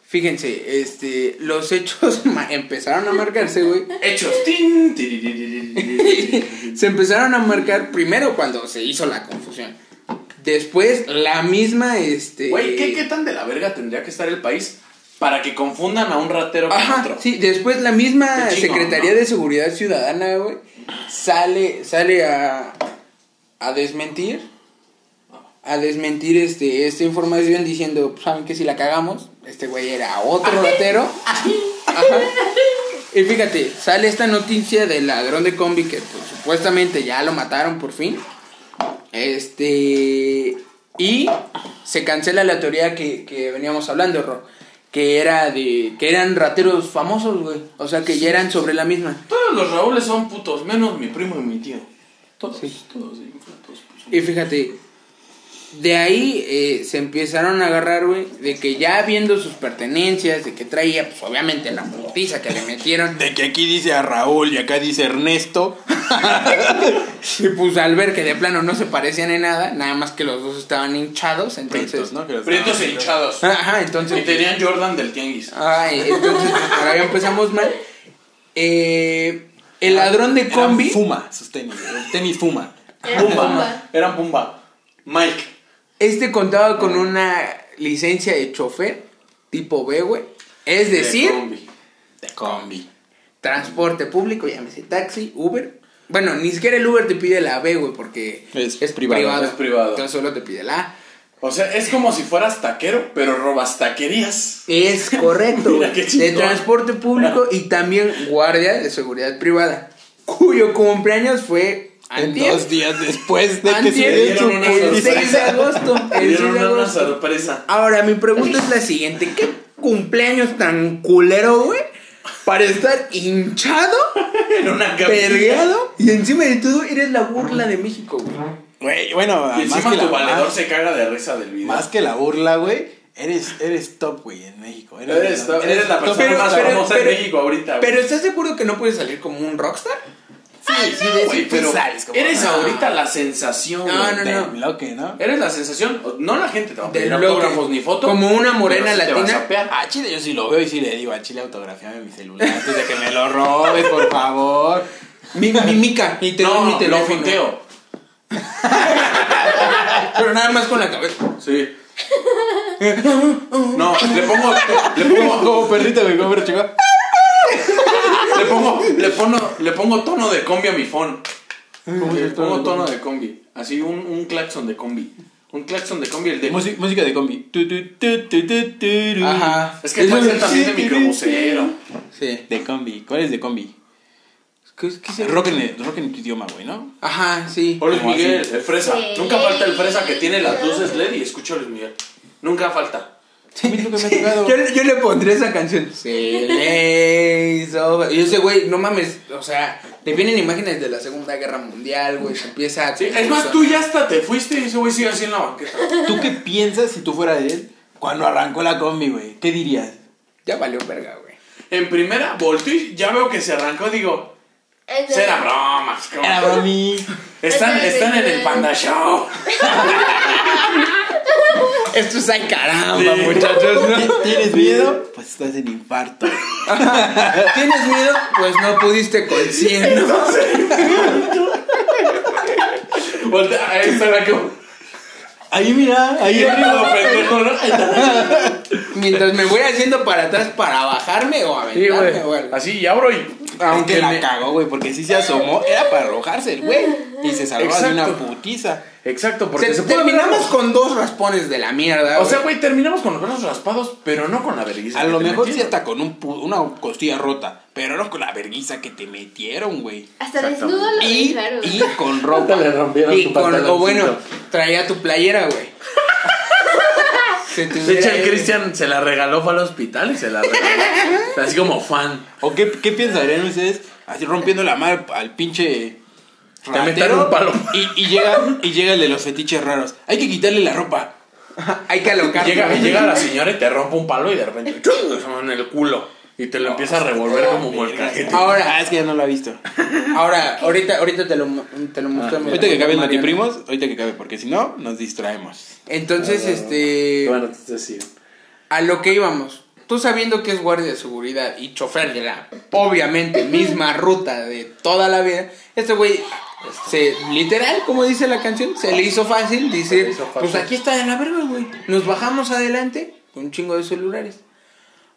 Fíjense, este. Los hechos ma- empezaron a marcarse, güey.
Hechos. Tin, tiririririririr.
se empezaron a marcar primero cuando se hizo la confusión. Después, la misma, este.
Güey, ¿qué, ¿qué tan de la verga tendría que estar el país para que confundan a un ratero con
Ajá,
otro?
sí, después la misma
Qué chingón,
Secretaría
¿no?
de Seguridad Ciudadana, güey, sale, sale a, a desmentir, a desmentir este, esta información diciendo, pues, saben que si la cagamos, este güey era otro ratero. Ajá. Y fíjate, sale esta noticia del ladrón de combi que pues, supuestamente ya lo mataron por fin. Este. Y se cancela la teoría que, que veníamos hablando, Ro. Que era de. que eran rateros famosos, güey. O sea que ya eran sobre la misma.
Todos los Raúles son putos, menos mi primo y mi tío. Todos, todos, sí, todos, pues, son-
Y fíjate. De ahí eh, se empezaron a agarrar, güey, de que ya viendo sus pertenencias, de que traía, pues obviamente la putiza que le metieron.
De que aquí dice a Raúl y acá dice Ernesto.
Y pues al ver que de plano no se parecían en nada, nada más que los dos estaban hinchados, entonces.
Prietos, ¿no? Que los-
Prietos e hinchados.
Ajá, entonces.
Y tenían Jordan del tianguis.
Ay, entonces, por ahí empezamos mal. Eh, el ladrón de
Eran
combi.
Fuma, sus tenis. los Tenis fuma.
Era Pumba.
Eran Pumba. Mike.
Este contaba con una licencia de chofer tipo B, güey. Es decir,
De combi.
De combi.
transporte público, llámese taxi, Uber. Bueno, ni siquiera el Uber te pide la B, güey, porque
Es privado,
es privado.
Entonces solo te pide la A.
O sea, es como si fueras taquero, pero robas taquerías.
Es correcto,
Mira
güey.
qué
De
chingón.
transporte público y también guardia de seguridad privada. Cuyo cumpleaños fue
En
antier.
dos días después de que
Antier,
se
le
de hecho,
dieron una
el
sorpresa.
6 de agosto.
Me
El 6
dieron
de
una
agosto.
sorpresa.
Ahora, mi pregunta es la siguiente: ¿Qué cumpleaños tan culero, güey? Para estar hinchado,
En una capilla.
perreado y encima de todo eres la burla de México, güey.
Güey, bueno,
Y
más
encima
que,
tu
la,
valedor
más,
se caga de risa del video.
más que la burla, güey. Eres, eres top, güey, en México.
Eres, to- eres la
top,
persona
top,
más
top.
pero-
famosa
pero-
en México ahorita. güey.
Pero ¿estás seguro que no puedes salir como un rockstar?
sí, sí, güey,
tú
pero
sales como-
eres
Ah.
ahorita la sensación.
No,
güey.
no,
Del
no.
bloque, ¿no?
Eres la sensación. No la gente te va a pedir
Del bloque.
autógrafos ni fotos.
Como una morena
pero sí te
latina.
vas a pear.
A Chile yo sí lo veo y sí le digo, a Chile autografiame mi celular antes de que me lo robes, por favor.
Mi, mi mica, y te doy
no,
mi
no, lo
teléfono.
finteo.
Pero nada más con la cabeza.
Sí. No, le pongo, le pongo,
Como perrito, güey, como perro chico.
le pongo, le pongo, le pongo tono de combi a mi phone. Le pongo tono de combi. Así un, un claxon de combi. Un claxon de combi, el de.
Música, Eh, música de combi. Tu, tu, tu, tu, tu, tu, tu.
Ajá.
Es que puede ser también de microbusero.
Sí.
De combi. ¿Cuál es de combi?
¿Qué, qué se-
Rock en, el- rock en tu idioma, güey, ¿no?
Ajá, sí.
O Luis
Como
Miguel,
así.
el fresa.
Sí.
Nunca falta el fresa que tiene las luces LED y escucha a Luis Miguel. Nunca falta.
A mí nunca me ha tocado.
Yo, le- yo le pondré esa canción. Se le hizo- Y ese güey, no mames, o sea, te vienen imágenes de la Segunda Guerra Mundial, güey, se empieza a...
Sí, es más, tú ya hasta te fuiste y ese güey sigue así en la banqueta.
¿Tú qué piensas si tú fueras él cuando arrancó la combi, güey? ¿Qué dirías?
Ya valió verga, güey.
En primera, volteo y ya veo que se arrancó. Digo,
Es de-
será bromas. ¿cómo?
Era bromi.
Están, están en el Panda Show.
Esto es ay caramba,
Sí.
muchachos. ¿no?
Ti- ¿Tienes miedo? Pues estás en infarto.
¿Tienes miedo? Pues no pudiste con 100, ¿no?
Voltea, ahí está la que.
Ahí mira, ahí
Ahí arriba,
arriba.
pendejo, ¿no? Ahí está.
Mientras me voy haciendo para atrás para bajarme o
Sí,
aventarme, güey.
güey. Así, y abro y.
Aunque
Aunque
la
le-
cagó, güey, porque sí se asomó, era para arrojarse el güey. Y se salvó de una
Exacto.
putiza.
Exacto, porque
Se-
se, puede
terminamos
haber-
con dos raspones de la mierda.
O sea,
güey.
güey, terminamos con los brazos raspados, pero no con la vergüenza.
A
que
lo
te
mejor sí
metieron.
hasta con un pu- una costilla rota, pero no con la vergüenza que te metieron, güey.
Hasta desnudo lo
Y,
dejaron.
y con
Ahorita
ropa.
le rompieron
Y
su
con-
pantaloncito.
o bueno, traía tu playera, güey. Se te
De hecho,
hubiera
el
ido.
Cristian se la regaló, fue al hospital y se la regaló. Así como fan.
¿O qué, qué pensarían ustedes? Así rompiendo la madre al pinche
Te meten
ratero,
un palo.
Y, y llega, y llega el de los fetiches raros. Hay que quitarle la ropa.
Hay
Y
que alocar.
Llega, y llega la señora y te rompe un palo y de repente ¡chum! en el culo. Y te lo empieza a revolver como molcajete.
Ahora.
Ah, es que ya no lo ha visto.
Ahora, ahorita, ahorita te lo, te
Ah,
lo mostramos.
Ahorita que cabe el notiprimos, ahorita que cabe, porque si no, nos distraemos.
Entonces, este.
Ah, Bueno, entonces sí.
A lo que íbamos. Tú sabiendo que es guardia de seguridad y chofer de la, obviamente, misma ruta de toda la vida, este güey, se, literal, como dice la canción, se le hizo fácil
le
decir,
hizo fácil.
pues aquí está de la verga, güey. Nos bajamos adelante con un chingo de celulares.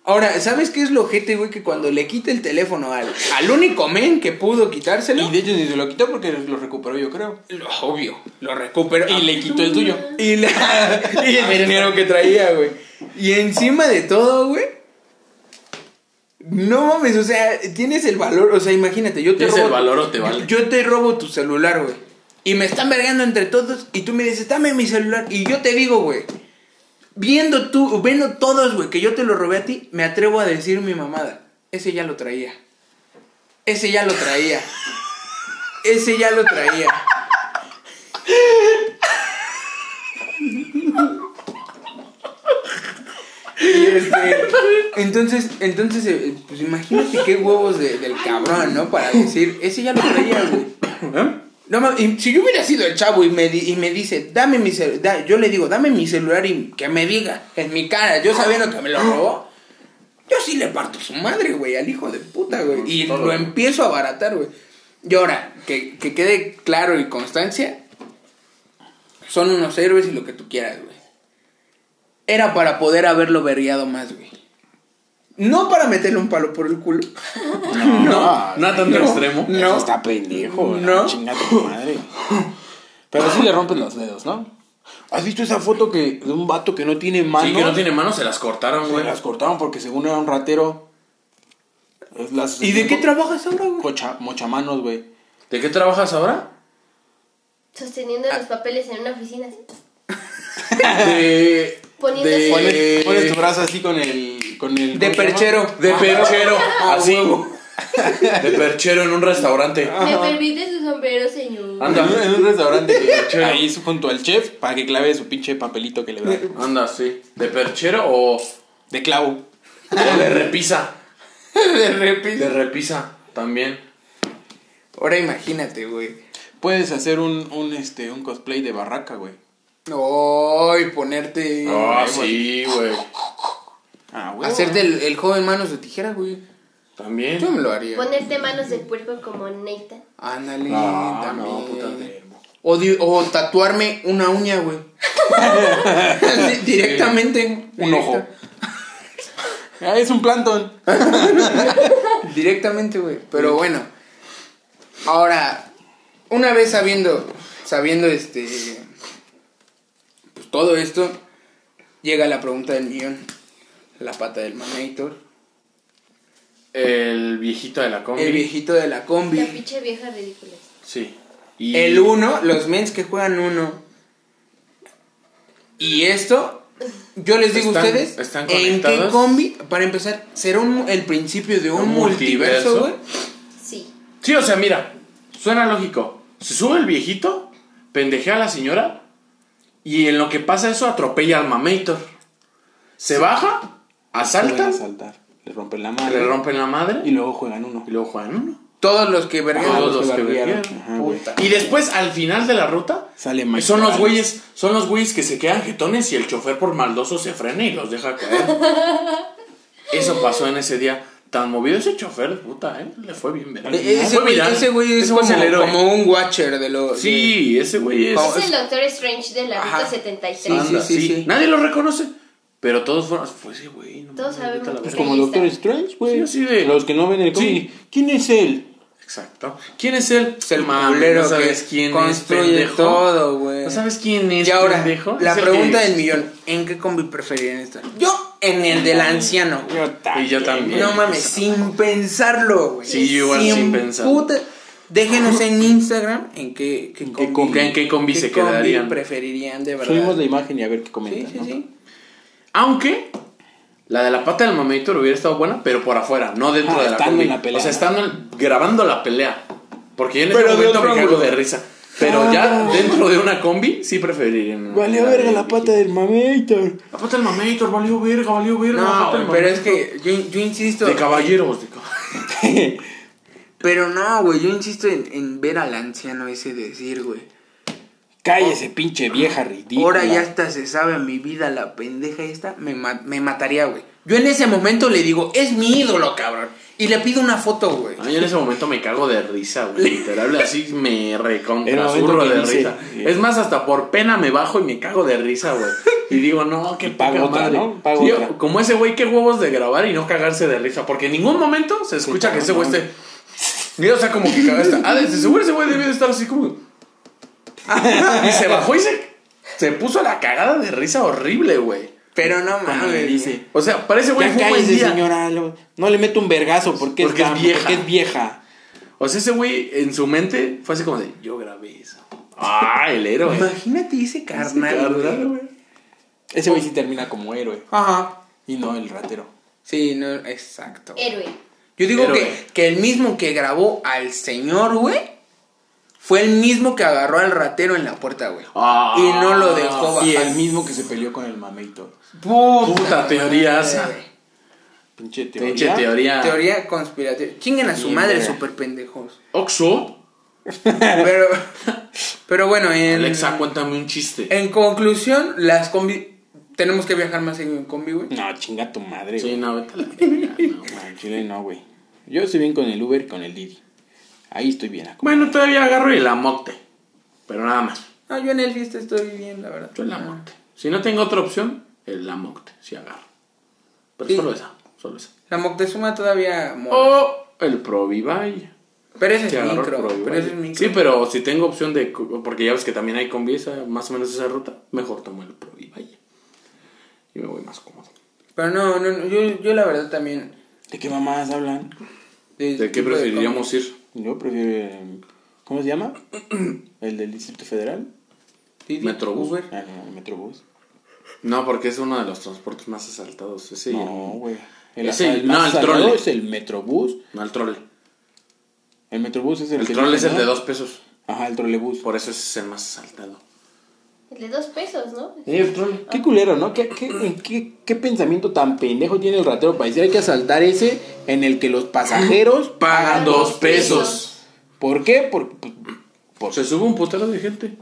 Ahora, ¿sabes qué es lo ojete, güey? Que cuando le quita el teléfono al, al único men que pudo quitárselo,
Y de hecho ni se lo quitó porque lo recuperó, yo creo.
lo- obvio, lo recuperó.
Y le quitó el tuyo.
Ah. Y, la- y el dinero que traía, güey. Y encima de todo, güey. No mames, o sea, tienes el valor. O sea, imagínate, yo te
Tienes
robo.
el valor o te vale.
Yo te robo tu celular, güey. Y me están vergando entre todos. Y tú me dices, dame mi celular. Y yo te digo, güey. Viendo tú, viendo todos, güey, que yo te lo robé a ti, me atrevo a decir mi mamada. Ese ya lo traía. Ese ya lo traía. Ese ya lo traía. Y este, entonces, entonces, eh, pues imagínate qué huevos de- del cabrón, ¿no? Para decir, ese ya lo traía, güey. No, mames, y si yo hubiera sido el chavo y me, di- y me dice, dame mi celular, yo le digo, dame mi celular y que me diga, en mi cara, yo sabiendo que me lo robó, yo sí le parto su madre, güey, al hijo de puta, güey. Y
Todo.
lo empiezo a abaratar, güey. Y ahora, que, que quede claro y constancia, son unos héroes y lo que tú quieras, güey. Era para poder haberlo vergueado más, güey. No para meterle un palo por el culo.
No, no a tanto extremo.
No.
Eso está pendejo,
No.
no. Chinga tu madre. Pero sí le rompen los dedos, ¿no? ¿Has visto esa foto que de un vato que no tiene mano?
Sí, que no tiene manos, se las cortaron,
Se
güey.
las cortaron porque según era un ratero. Es las-
¿Y de qué trabajas ahora, güey?
Cocha- mochamanos, güey.
¿De qué trabajas ahora?
Sosteniendo los papeles en una oficina. así.
De.
Poniéndose-
de-
Pones, pones tu brazo así con el. Con el
De
¿cómo se llama?
perchero.
De perchero.
Ah,
Así.
huevo.
De perchero en un restaurante.
¿Me permite su sombrero, señor?
En
Anda.
un- en un restaurante.
Perchero.
ahí su- junto al chef para que clave su pinche papelito que le da.
Anda, sí. ¿De perchero o,
De clavo.
o de repisa?
De repente.
De repisa también.
Ahora imagínate, güey.
Puedes hacer un, un, este, un cosplay de barraca, güey.
No, y ponerte.
Ah, sí, güey.
Ah, güey.
Hacerte el, el joven manos de tijera, güey. Yo
También.
me lo haría.
Ponerte manos de puerco como Nathan.
Ándale,
No,
también.
no, puta verbo.
o, di- o tatuarme una uña, güey. Di- directamente.
Un ojo. Ah, es un plantón.
Directamente, güey. Pero bueno. Ahora, una vez sabiendo, sabiendo este, pues todo esto, llega la pregunta del millón. La pata del manator.
El viejito de la combi.
El viejito de la
La
combi.
pinche vieja ridícula.
Sí. Y
El uno, los mens que juegan uno. Y esto, yo les digo
Están-
a ustedes,
están
¿en qué
conectados?
combi? Para empezar, ¿será un- el principio de un,
Un multiverso?
multiverso, güey?
Sí.
Sí, o sea, mira, suena lógico. Se sube el viejito, pendejea a la señora y en lo que pasa eso atropella al mamator. Se baja,
Pueden
asalta,
asaltar. Le rompen la madre.
le rompen la
Y
madre
luego juegan uno.
y luego juegan uno.
Todos los que verguearon.
Todos los que
barrieron.
verguearon.
Ajá, güey.
Y después, al final de la ruta,
Sale Mike
son los
Morales.
güeyes, son los güeyes que se quedan jetones y el chofer por maldoso se frena y los deja caer. Eso pasó en ese día. Tan movido ese chofer, puta, ¿eh? Le fue bien, ¿verdad?
E- Ese
Fue
güey,
viral.
ese güey es
Después
como,
el héroe.
como un watcher de los.
eh. Sí, ese güey es...
Como-
Es el Doctor Strange de la
Ajá.
ruta 73.
Sí, sí,
Anda,
sí,
sí.
sí.
Nadie lo reconoce. Pero todos fueron. Pues sí, güey. no
Todos
mames, vete a la
sabemos
Es
verga.
como Doctor Strange, güey.
Sí, así de-
Los que no ven el cómic. ¿Quién es él?
Exacto. ¿Quién es él?
Es el
Mami,
culero
no sabes
que
quién es,
construye
pendejo.
todo, güey.
¿No sabes quién es,
Y ahora,
pendejo?
la
Es el
pregunta
que-
del millón: ¿en qué combi preferirían estar? Yo, en el del anciano. güey.
Y yo también.
No mames, sin pensarlo, güey.
Sí, yo igual sin pensarlo.
puta- Déjenos en Instagram en qué, qué combi,
combi?
¿En qué combi se
combi
quedarían?
preferirían de verdad.
Subimos la imagen y a ver qué
Sí,
comentan.
sí,
¿no?
sí.
Aunque. La de la pata del mamadito hubiera estado buena, pero por afuera, no dentro
Ah,
de la
estando
combi.
en la pelea,
O sea,
¿no?
estando en- grabando la pelea. Porque yo en ese
Pero de
momento
otro
me cago
ángulo.
de risa. Pero ya dentro de una combi, sí preferiría. una-
Ah. Valió
una
verga
de-
la pata del mamito.
La pata del mamadito, valió verga, valió verga. la
No,
pata
güey,
del
pero es
mamadito.
que yo, yo insisto.
De caballeros, de caballeros.
Pero no, güey, yo insisto en, en ver al anciano ese decir, güey.
Cállese, pinche vieja ridícula.
Ahora ya hasta se sabe mi vida, la pendeja esta, me, ma- me mataría, güey. Yo en ese momento le digo, es mi ídolo, cabrón. Y le pido una foto, güey.
Ah, yo en ese momento me cago de risa, güey. Literal, así me
El
recontrasurro
momento que
de
dice,
risa.
sí.
Es más, hasta por pena me bajo y me cago de risa, güey. Y digo, no, qué
pago
poca
otra,
madre.
¿no? Pago
Sí,
otra.
Como ese güey, qué huevos de grabar y no cagarse de risa. Porque en ningún momento se escucha
Sí,
que ese
no,
güey esté. Y, o sea, como que cagaste. Ah, desde seguro ese güey debió de estar así como. Y se bajó y se, se puso la cagada de risa horrible, güey.
Pero no
Cuando le
mames.
dice.
O sea, para ese güey
Ya
fue un buen
cállese,
día.
señora. lo- No le meto un vergazo porque,
Porque es
dama,
vieja.
Porque es vieja.
O sea, ese güey en su mente fue así como de, yo grabé eso. Ah, el héroe.
Imagínate ese carnal, güey.
Ese güey sí
Oh.
termina como héroe.
Ajá.
Y no el ratero.
Sí, no, exacto.
Héroe.
Yo digo
Héroe.
que, que el mismo que grabó al señor, güey, fue el mismo que agarró al ratero en la puerta, güey.
Ah,
y no lo dejó bajar.
Y el mismo que se peleó con el mameito.
Puta, teorías.
madre.
Pinche teoría.
Pinche teoría.
Teoría conspirativa. Chinguen a su
Bien,
madre,
verga.
super pendejos.
Oxo.
Pero, pero bueno, en,
Alexa, cuéntame un chiste.
en conclusión, las combi. Tenemos que viajar más seguido en combi, güey.
No, chinga tu madre.
Sí,
güey.
no, vete a la verga, no.
No, en Chile no, güey. Yo estoy bien con el Uber y con el Didi. Ahí estoy bien. acom-
Bueno, todavía agarro el amote. Pero nada más.
No, yo en el fiesta estoy bien, la verdad.
Yo el amote. Si no tengo otra opción, el amote. Si agarro. Pero
Sí.
solo esa. Solo esa.
La Moctezuma todavía mora.
O el Provivay.
pero ese
Sí,
es
agarro
micro.
Provivay.
Pero ese es micro.
Sí, pero si tengo opción de. co- Porque ya ves que también hay combi esa, más o menos esa ruta, mejor tomo el Provivay. Y me voy más cómodo.
Pero no, no, no, yo, yo la verdad también.
¿De qué mamás hablan?
¿De qué
tipo de
preferiríamos ir?
Yo prefiero. eh, ¿Cómo se llama? ¿El del Distrito Federal?
combi. Didi,
Metrobús.
Uber.
Ah, no, el Metrobús.
No, porque es uno de los transportes más asaltados. Ese y
No,
el-
güey. El,
Ese-
asa- el
no,
más
el
salado
trole.
es el Metrobús.
No, el troll.
El Metrobús es el,
El
que
troll es
dice,
el de
¿no?
dos pesos.
Ajá, el trolebús.
Por eso ese es el más asaltado.
El de dos pesos, ¿no?
El troll.
Qué culero, ¿no? ¿Qué, qué, en qué, qué pensamiento tan pendejo tiene el ratero para decir hay que asaltar ese en el que los pasajeros
Pagan
pagan dos?
dos pesos.
¿Por qué? Por, pues, por- por-
Se sube un putero de gente.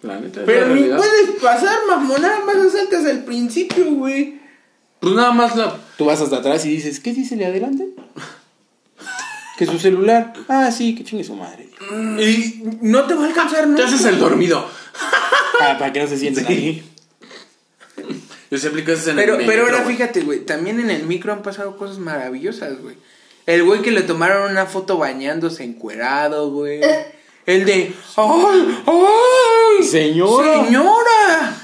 La neta. es la
Pero ni
realidad.
puedes pasar, mamón. Nada más asaltas al principio, güey.
Pues nada más la.
Tú vas hasta atrás y dices, ¿qué dice el de adelante? Que su celular. Ah, sí, que chingue su madre.
Y no te va a alcanzar, ¿no?
Mm, Te haces el dormido.
Ah, Para, para que no se sienten ahí.
Yo siempre que haces en
Pero,
el
pero
metro,
ahora
güey.
fíjate, güey, también en el micro han pasado cosas maravillosas, güey. El güey que le tomaron una foto bañándose encuerado, güey. El de, ¡ay! ¡ay!
Señora.
¡Señora!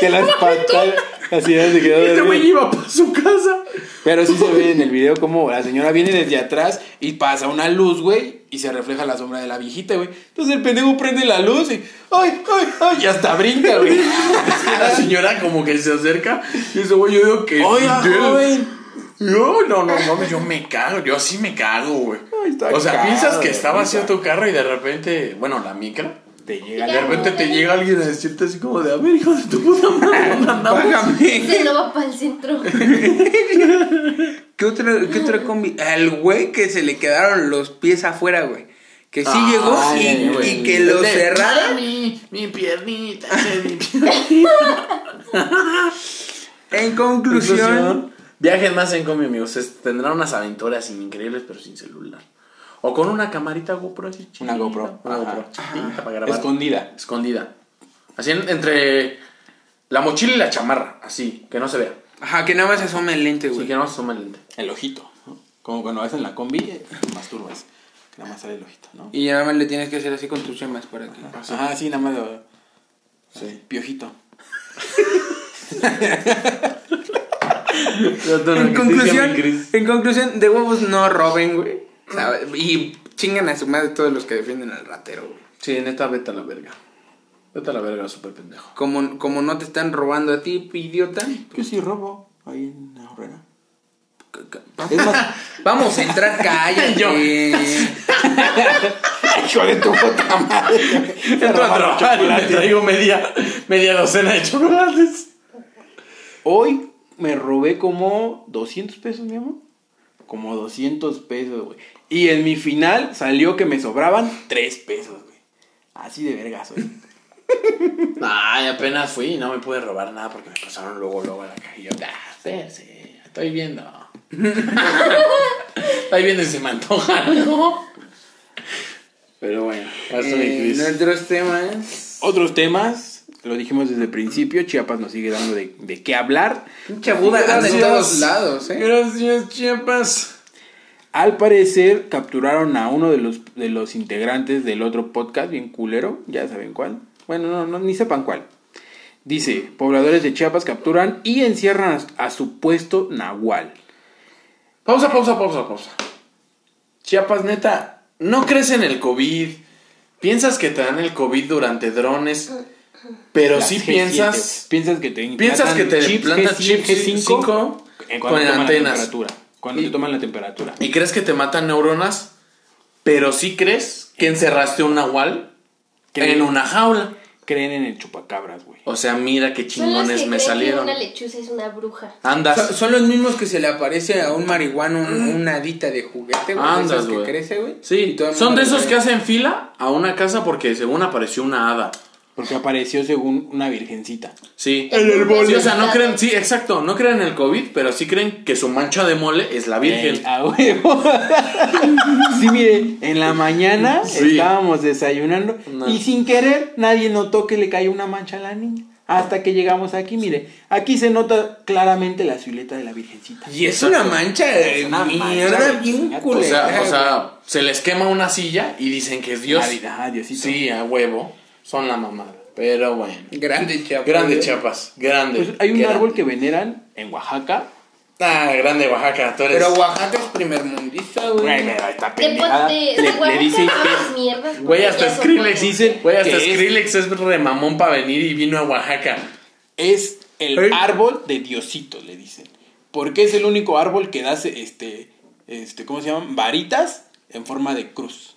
Que las pantallas. Así ya se quedó
Este güey
dormido.
iba para su casa.
Pero sí se ve en el video como la señora viene desde atrás y pasa una luz, güey, y se refleja la sombra de la viejita, güey. Entonces el pendejo prende la luz y. ¡Ay, ay, ay! Y hasta brinca, güey.
La señora como que se acerca. Y ese güey, yo digo que.
Oiga,
Yo-
joven.
No, no, no, no, yo me cago, yo sí me cago, güey.
Ay, está
O sea,
cagado
piensas que
de
estaba
risa.
haciendo tu carro y de repente, bueno, la micra,
Te llega
de
la.
repente te llega alguien a decirte así como de, a ver, hijo de tu puta madre, ¿dónde andamos?"
¡Págame!
Este no va para el centro.
¿Qué otro, qué otro combi? Al güey que se le quedaron los pies afuera, güey. Que sí
Ah,
llegó y-
ay,
y,
güey.
que lo
De-
cerraron.
Mami, mi piernita, mi
En conclusión,
Viajen más en combi, amigos. Es- tendrán unas aventuras increíbles, pero sin celular. O con una camarita GoPro así chiquita.
Una GoPro,
Una
ajá.
GoPro chiquita para grabar.
Escondida.
Escondida. Así en- entre la mochila y la chamarra. Así, que no se vea.
ajá, que nada más se asoma el lente,
Así
güey.
que no se asome el lente.
El ojito. ¿no? Como cuando vas en la combi, eh, masturbas. Que nada más sale el ojito, ¿no?
Y nada más le tienes que hacer así con tus yemas por aquí.
Ajá, sí, nada más. lo- así, Piojito.
En conclusión, en conclusión, de huevos no roben, güey. ¿Sabes? Y chingan a su madre todos los que defienden al ratero, güey.
Sí, neta, vete a la verga. Vete a la verga, súper pendejo.
Como, como no te están robando a ti, idiota.
Yo sí robo ahí en la horrera.
c- c-
Es más,
Vamos a entrar, cállate.
Yo.
hijo de tu puta madre.
Entro a trabajar y me traigo media, media docena de chocolates.
Hoy me robé como 200 pesos, mi amor. Como 200 pesos, güey. Y en mi final salió que me sobraban 3 pesos, güey. Así de vergas, güey.
Ay, apenas fui y no me pude robar nada porque me pasaron luego, luego a la cajilla. Ah, sí, sí, estoy viendo. estoy viendo y se me antoja algo. Pero bueno, basta de
Eh,
Chris.
nuestros temas.
Otros temas, lo dijimos desde el principio, Chiapas nos sigue dando de, de qué hablar.
Pinche Buda anda en todos lados, eh.
Gracias, Chiapas.
Al parecer capturaron a uno de los, de los integrantes del otro podcast, bien culero, ya saben cuál. Bueno, no, no, ni sepan cuál. Dice, pobladores de Chiapas capturan y encierran a, a supuesto Nahual.
Pausa, pausa, pausa, pausa. Chiapas, neta, no crees en el COVID. Piensas que te dan el COVID durante drones, pero
Las
sí
G7,
piensas.
piensas que te implantan
Piensas que te implantan
G5,
chips G5
en
con
cuando te toman la
antenas.
temperatura. Cuando
Y-
te toman la temperatura.
Y crees que te matan neuronas, pero sí crees que encerraste un nahual
Creen-
en una jaula.
Creen en el chupacabras, güey.
O sea, mira qué
Son los
chingones
que
me
creen que
salieron.
Una lechuza es una bruja.
So-
Andas.
son los mismos que se le aparece a un marihuano un- una adita de juguete, güey. de
Andas,
esas que
Mm. güey.
crece, güey. Y
Sí,
todo el
son
mundo
de
le
esos
cree.
que hacen fila a una casa porque según apareció una hada.
Porque apareció según una virgencita.
Sí.
En el
Sí,
mole.
o sea, no creen, sí, exacto, no creen en el COVID, pero sí creen que su mancha de mole es la
Ey,
virgen.
Eh, ah, a huevo. sí, mire, en la mañana
Sí.
estábamos desayunando
No.
y sin querer nadie notó que le cayó una mancha a la niña. Hasta que llegamos aquí, mire, aquí se nota claramente la silueta de la virgencita.
Y es una mancha de
Es una
mierda
mancha de
bien
gato.
o
culera.
sea, o
güey.
sea, se les quema una silla y dicen que es Dios.
Navidad, Diosito.
Sí, a huevo, son la mamada. Pero bueno.
Grande Chiapas.
Grande
güey.
Chiapas, grande.
Pues hay un
grande.
árbol que veneran en Oaxaca.
Ah, grande Oaxaca, tú eres.
Pero Oaxaca es primer mundista, güey.
está
Te
pendejada.
pones.
Le, le dicen que
mierda.
Güey, hasta Skrillex
dicen-
Güey,
que
hasta
es-
Skrillex es remamón para venir y vino a Oaxaca.
es el
Ey.
árbol de Diosito, le dicen. Porque es el único árbol que da se- este, este, ¿cómo se llaman? Varitas en forma de cruz.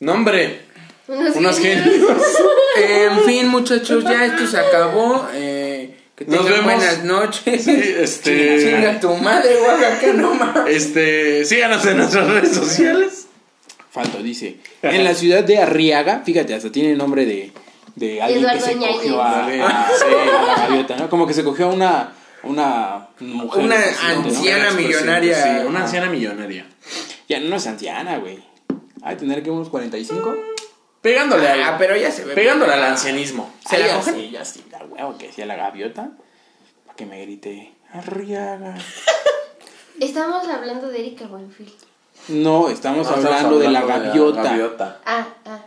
No, hombre. Unos
Unos
genios.
En fin, muchachos, ya esto se acabó. Eh, que
Nos vemos.
tengan buenas noches.
Sí, este-
Chinga tu madre, Oaxaca, no mames.
Este, síganos en nuestras redes sociales.
Falto, dice. En la ciudad de Arriaga, fíjate, hasta tiene el nombre de, de alguien que
Eduardo
se
Ñañez.
cogió a,
Dale,
a-
sí.
a la gaviota, ¿no? Como que se cogió a una, una mujer.
Una
presidente, ¿no?
anciana. millonaria.
pues Sí, una anciana millonaria.
Ya no es anciana, güey. Ay, tener que unos 45.
Pegándole a
Ah, pero ya se ve.
Pegándole al ancianismo.
¿Se
Ay,
la
ya
cogen?
Sí, ya sí, la huevo que decía la gaviota. Para que me grite, Arriaga.
Estamos hablando de Erika Buenfield.
No, estamos, hablando, de la gaviota.
Ah, ah.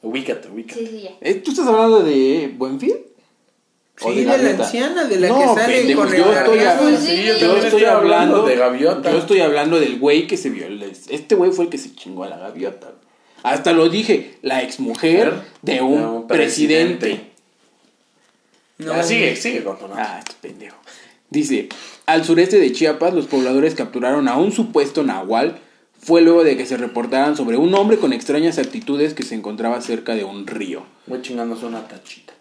Ubícate, ubícate.
Sí, sí, ya.
Eh, ¿Tú estás hablando de Buenfield? ¿O
Sí, de la
gaviota?
anciana, de la
No,
que sale
pendejo,
con el
yo estoy
gargajo.
hablando- Sí, yo
Yo
también
estoy hablando
de gaviota.
Yo estoy hablando del güey que se violó. Este güey fue el que se chingó a la gaviota. Hasta lo dije, la exmujer de un, presidente.
No,
Ya, sigue, sigue con tu nota.
Ah, este pendejo. Dice, al sureste de Chiapas los pobladores capturaron a un supuesto nahual. Fue luego de que se reportaran sobre un hombre con extrañas actitudes que se encontraba cerca de un río.
Voy chingándose una tachita.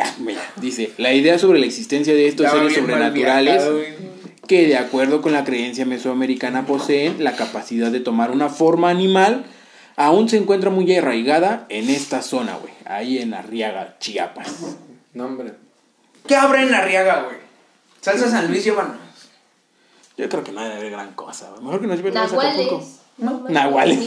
Ah, mira, dice, la idea sobre la existencia de estos
estaba
seres
bien mal
sobrenaturales
viajado, güey.
que de acuerdo con la creencia mesoamericana poseen la capacidad de tomar una forma animal, aún se encuentra muy arraigada en esta zona, güey, ahí en Arriaga, Chiapas.
No, hombre. ¿Qué abre en Arriaga, güey? Salsa San Luis, llévanos.
Yo creo que no debe haber gran cosa, güey. Mejor que nos lleven a Acapulco.
Nahuales. No,
Nahuales.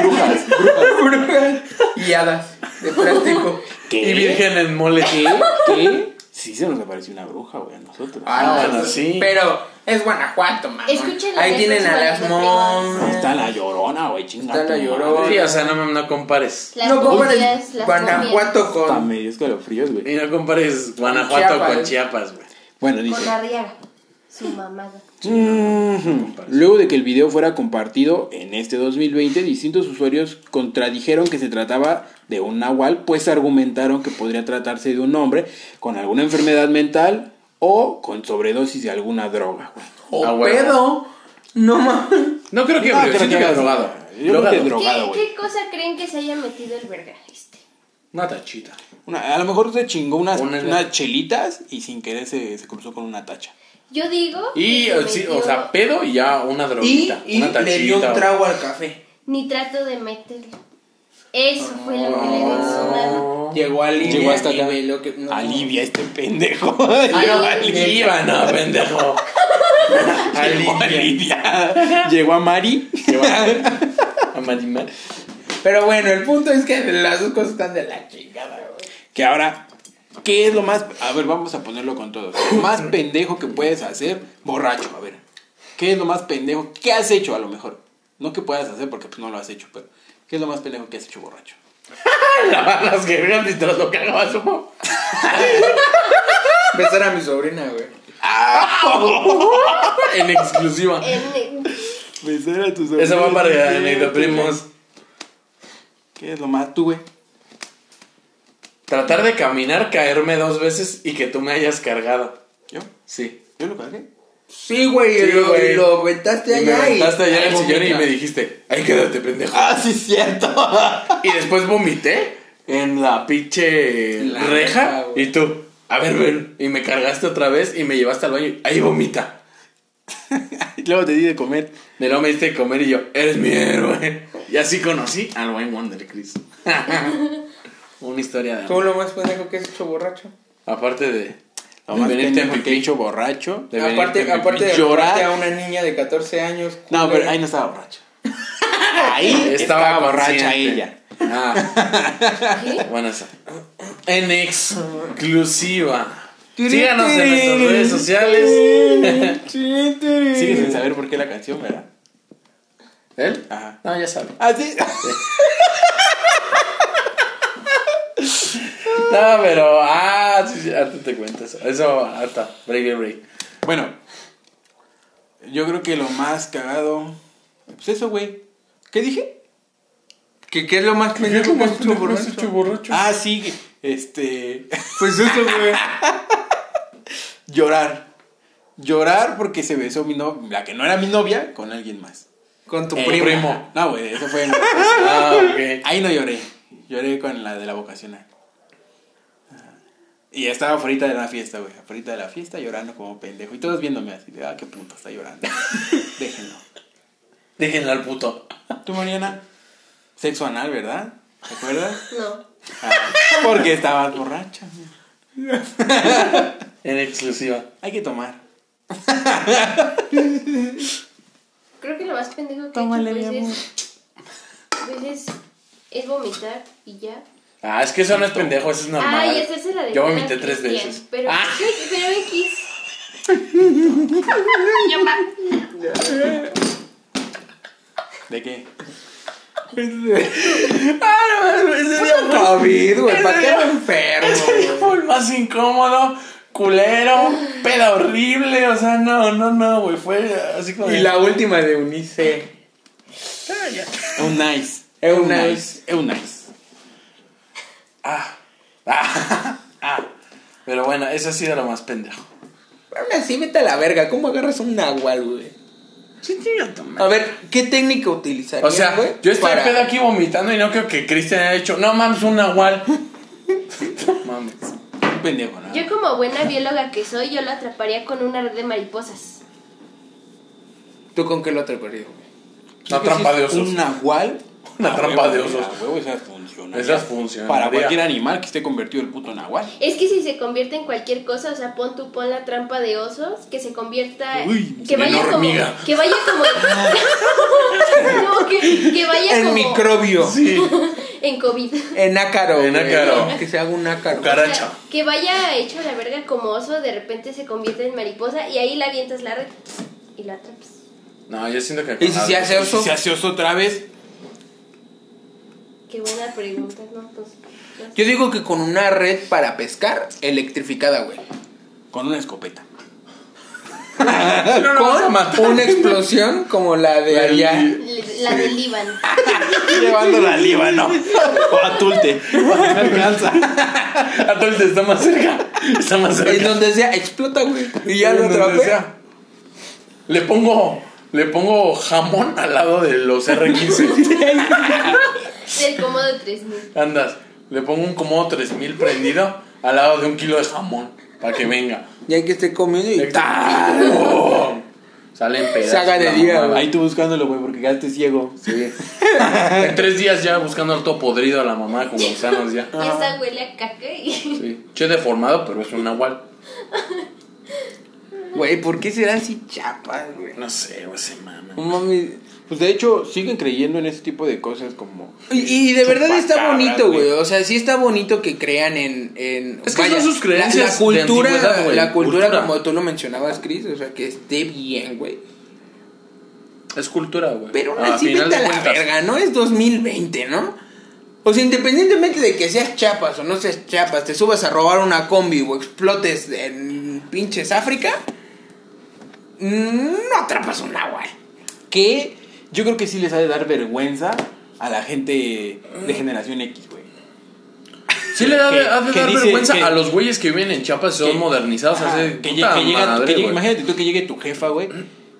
Brujas, brujas. Y hadas de plástico.
¿Qué?
Y virgen en mole.
¿Qué? ¿Qué? Sí se nos apareció una bruja, güey, a nosotros.
Ah, no,
bueno, sí.
Pero es Guanajuato, man.
Escuchen
Ahí
las
tienen a
letras
las
guanajuatenses.
momias.
Está la llorona, güey, chingada.
Está la llorona.
Sí, o sea, no, mames, no compares.
Las
no compares
momias, las
Guanajuato
momias.
Está
con.
medio escalofríos, güey.
Y no compares Guanajuato
Chiapas. ¿eh?
con Chiapas, güey.
Bueno, dice.
Con Arriaga. Su mamada.
Mm. Luego de que el video fuera compartido en este 2020, distintos usuarios contradijeron que se trataba de un nahual, pues argumentaron que podría tratarse de un hombre con alguna enfermedad mental o con sobredosis de alguna droga. güey.
O
Ah, bueno.
pedo. No mames.
No creo que
No,
no,
creo que hagas-
drogado.
Yo creo que
Drogado.
drogado,
¿Qué,
güey.
¿Qué cosa creen que se haya metido el verga este?
Una tachita.
Una- a lo mejor se chingó unas,
Una-
unas chelitas y sin querer se, se cruzó con una tacha.
Yo digo.
Y,
que
o,
se
sí, o
metió-
sea, pedo y ya una
Y,
droguita.
y
una tachita.
le dio un
güey.
trago al café.
Ni trato de meterlo. Eso fue lo que le dio en
Ah.
su mano.
Llegó a Libia.
Llegó hasta acá.
y ve lo que- no.
Alivia este pendejo.
Ah, no,
Llegó a Libia.
no, pendejo.
Llegó a Libia. Llegó a Mari.
A Marimar.
Pero bueno, el punto es que las dos cosas están de la chingada, güey.
Que ahora, ¿qué es lo más... A ver, vamos a ponerlo con todos. Lo más pendejo que puedes hacer, borracho, a ver. ¿Qué es lo más pendejo? ¿Qué has hecho a lo mejor? No que puedas hacer porque pues, no lo has hecho, pero... ¿Qué es lo más pendejo que has hecho borracho?
Lavar las guerreras mientras lo cagaba su mamá.
Besar a mi sobrina, güey.
En exclusiva.
En-
Besar a tus
Esa va para Primos.
¿Qué es lo más tú, güey?
Tratar de caminar, caerme dos veces y que tú me hayas cargado.
¿Yo?
Sí.
¿Yo lo cargué?
Sí, güey.
Sí,
y lo,
güey.
y lo aventaste
Y me
allá.
aventaste allá en el
Ay,
sillón y
vomita.
me dijiste, ahí quédate, pendejo.
¡Ah, sí es cierto!
Y después vomité en la pinche
En la reja,
reja.
güey.
Y tú, a ver, ven. Y me cargaste otra vez y me llevaste al baño. y, Ahí vomita.
Y Luego te di de comer.
De luego me diste de comer y yo, eres mi héroe. Y así conocí al Wayne Wonder, Chris. Una historia de
¿Tú
amor.
lo más pendejo que has hecho borracho?
Aparte de,
Lo
de
más
venirte en
pendejo que he
pipí.
hecho borracho.
De venirte en
aparte,
pipí.
aparte de
llorar.
robarte a una niña de 14 años.
No,
culero.
pero ahí no estaba borracho. Ahí
Estaba
estaba, borracha
consciente.
ella.
Ah,
¿Qué?
bueno, esa. En exclusiva. Síganos en nuestras redes sociales.
Sigue sin saber por qué la canción, ¿verdad?
¿Él?
Ajá.
No, ya sabe.
Ah, sí.
No, pero. Ah, sí, sí, ahorita te cuento eso. Eso, hasta. Break, break, break.
Bueno, yo creo que lo más cagado. Pues eso, güey. ¿Qué dije?
¿Qué, qué es lo más pendejo que has hecho borracho?
borracho?
Ah, sí. Este.
Pues eso, güey.
Llorar. Llorar porque se besó mi novia, la que no era mi novia, con alguien más.
Con tu
Eh,
primo.
No, güey, eso fue en.
Ah, ok.
Ahí no lloré. Lloré con la de la vocacional. Ajá. Y estaba afuera de la fiesta, güey. Afuera de la fiesta llorando como pendejo. Y todos viéndome así. De, ah, qué puto está llorando. Déjenlo.
Déjenlo al puto.
Tú, Mariana, sexo anal, ¿verdad? ¿Te acuerdas?
No.
Ah, porque estabas borracha. güey.
En exclusiva.
Hay que tomar.
Creo que lo más pendejo que he hecho pues, es, pues, es, es vomitar y ya.
Ah, es que eso no es pendejo, eso es normal.
Ay, esa es la de
Yo
Juan
vomité tres
Cristian,
veces.
Pero,
Ah.
pero X.
¿De qué?
Ese día fue-
COVID, güey. ¿Para qué lo
ese día
enfermo? güey?
fue el más incómodo, culero, peda horrible. O sea, no, no, no, güey. Fue así como.
Y la última de Unice.
Un nice.
Eunice.
Un nice.
Ah, ah, ah. Pero bueno, eso ha sido lo más pendejo.
Habla así, vete a la verga. ¿Cómo agarras un nahual, güey? A ver, ¿qué técnica utilizarías,
O sea,
güey,
yo estoy
para-
pedo aquí vomitando y no creo que Cristian haya hecho. No mames, un nahual. mames.
pendejo, ¿no?
Yo como buena bióloga que soy, yo lo atraparía con una red de mariposas.
¿Tú con qué lo atraparías, güey?
Creo
Una
que
trampa
sí,
de osos.
Un nahual.
Una
a
trampa
huevo,
de
güey,
osos.
a huevo, esas funcionan.
Esas funcionan.
Para cualquier animal que esté convertido el puto nahual.
Es que si se convierte en cualquier cosa, o sea, pon tú, pon la trampa de osos, que se convierta...
Uy,
que
en
vaya como...
hormiga.
Que vaya como... No, que, que vaya
En
como...
microbio.
Sí,
En COVID.
En ácaro.
En
güey.
ácaro.
Que se haga un ácaro.
Cucara- Cucaracha.
O sea, que vaya hecho la verga como oso, de repente se convierte en mariposa y ahí la avientas la red y la atrapas.
no, yo siento que.
¿Y si se hace
Si
oso?
se hace oso otra vez,
Qué buena pregunta, ¿no? Pues, no sé.
Yo digo que con una red para pescar electrificada, güey.
con una escopeta.
no, vas a
con una explosión como la de allá.
Le- La del Líbano.
Llevándola al Líbano. O a Tulte. Me alcanza.
Atolite Ah, está más cerca. Está más
En
cerca.
donde sea, explota, güey. Y ya lo
En donde
atrapé.
sea. Le pongo. Le pongo jamón al lado de los R15.
Del cómodo 3000.
Andas. Le pongo un comodo 3000 prendido al lado de un kilo de jamón. Para que venga.
Ya que esté comiendo y
¡Oh! Salen pedazos.
Saga de
la
día,
mamada.
Ahí tú buscándolo, güey, porque quedaste ciego.
En tres días ya buscando harto podrido a la mamá con gusanos ya.
Y esa huele a caca y.
Sí. Che deformado, pero es un nahual.
Güey, ¿por qué será así chapas, güey?
No sé, güey, se mama.
No mames.
Pues de hecho, siguen creyendo en ese tipo de cosas como.
Y, y de verdad está
Chupacabras,
bonito, güey.
güey.
O sea, sí está bonito que crean en. en
Es que son sus creencias
La, la
de
cultura,
antigüedad, güey.
la cultura,
Cultura.
como tú lo mencionabas, Chris. O sea, que esté bien, güey.
Es cultura, güey.
Pero aún
A
así,
final
vete a
de
la
cuentas.
verga, ¿no? Es 2020, ¿no? O sea, independientemente de que seas chapas o no seas chapas, te subas a robar una combi o explotes en pinches África, no atrapas un agua. eh.
Que yo creo que sí les ha de dar vergüenza a la gente de generación X, güey.
Sí le da,
Que-
ha de
que
dar
dice
vergüenza
que-
a los güeyes que viven en Chiapas son
que-
modernizados.
Ajá,
hace
que,
puta
lle- que llega,
madre,
que llegue-
güey.
imagínate tú que llegue tu jefa, güey,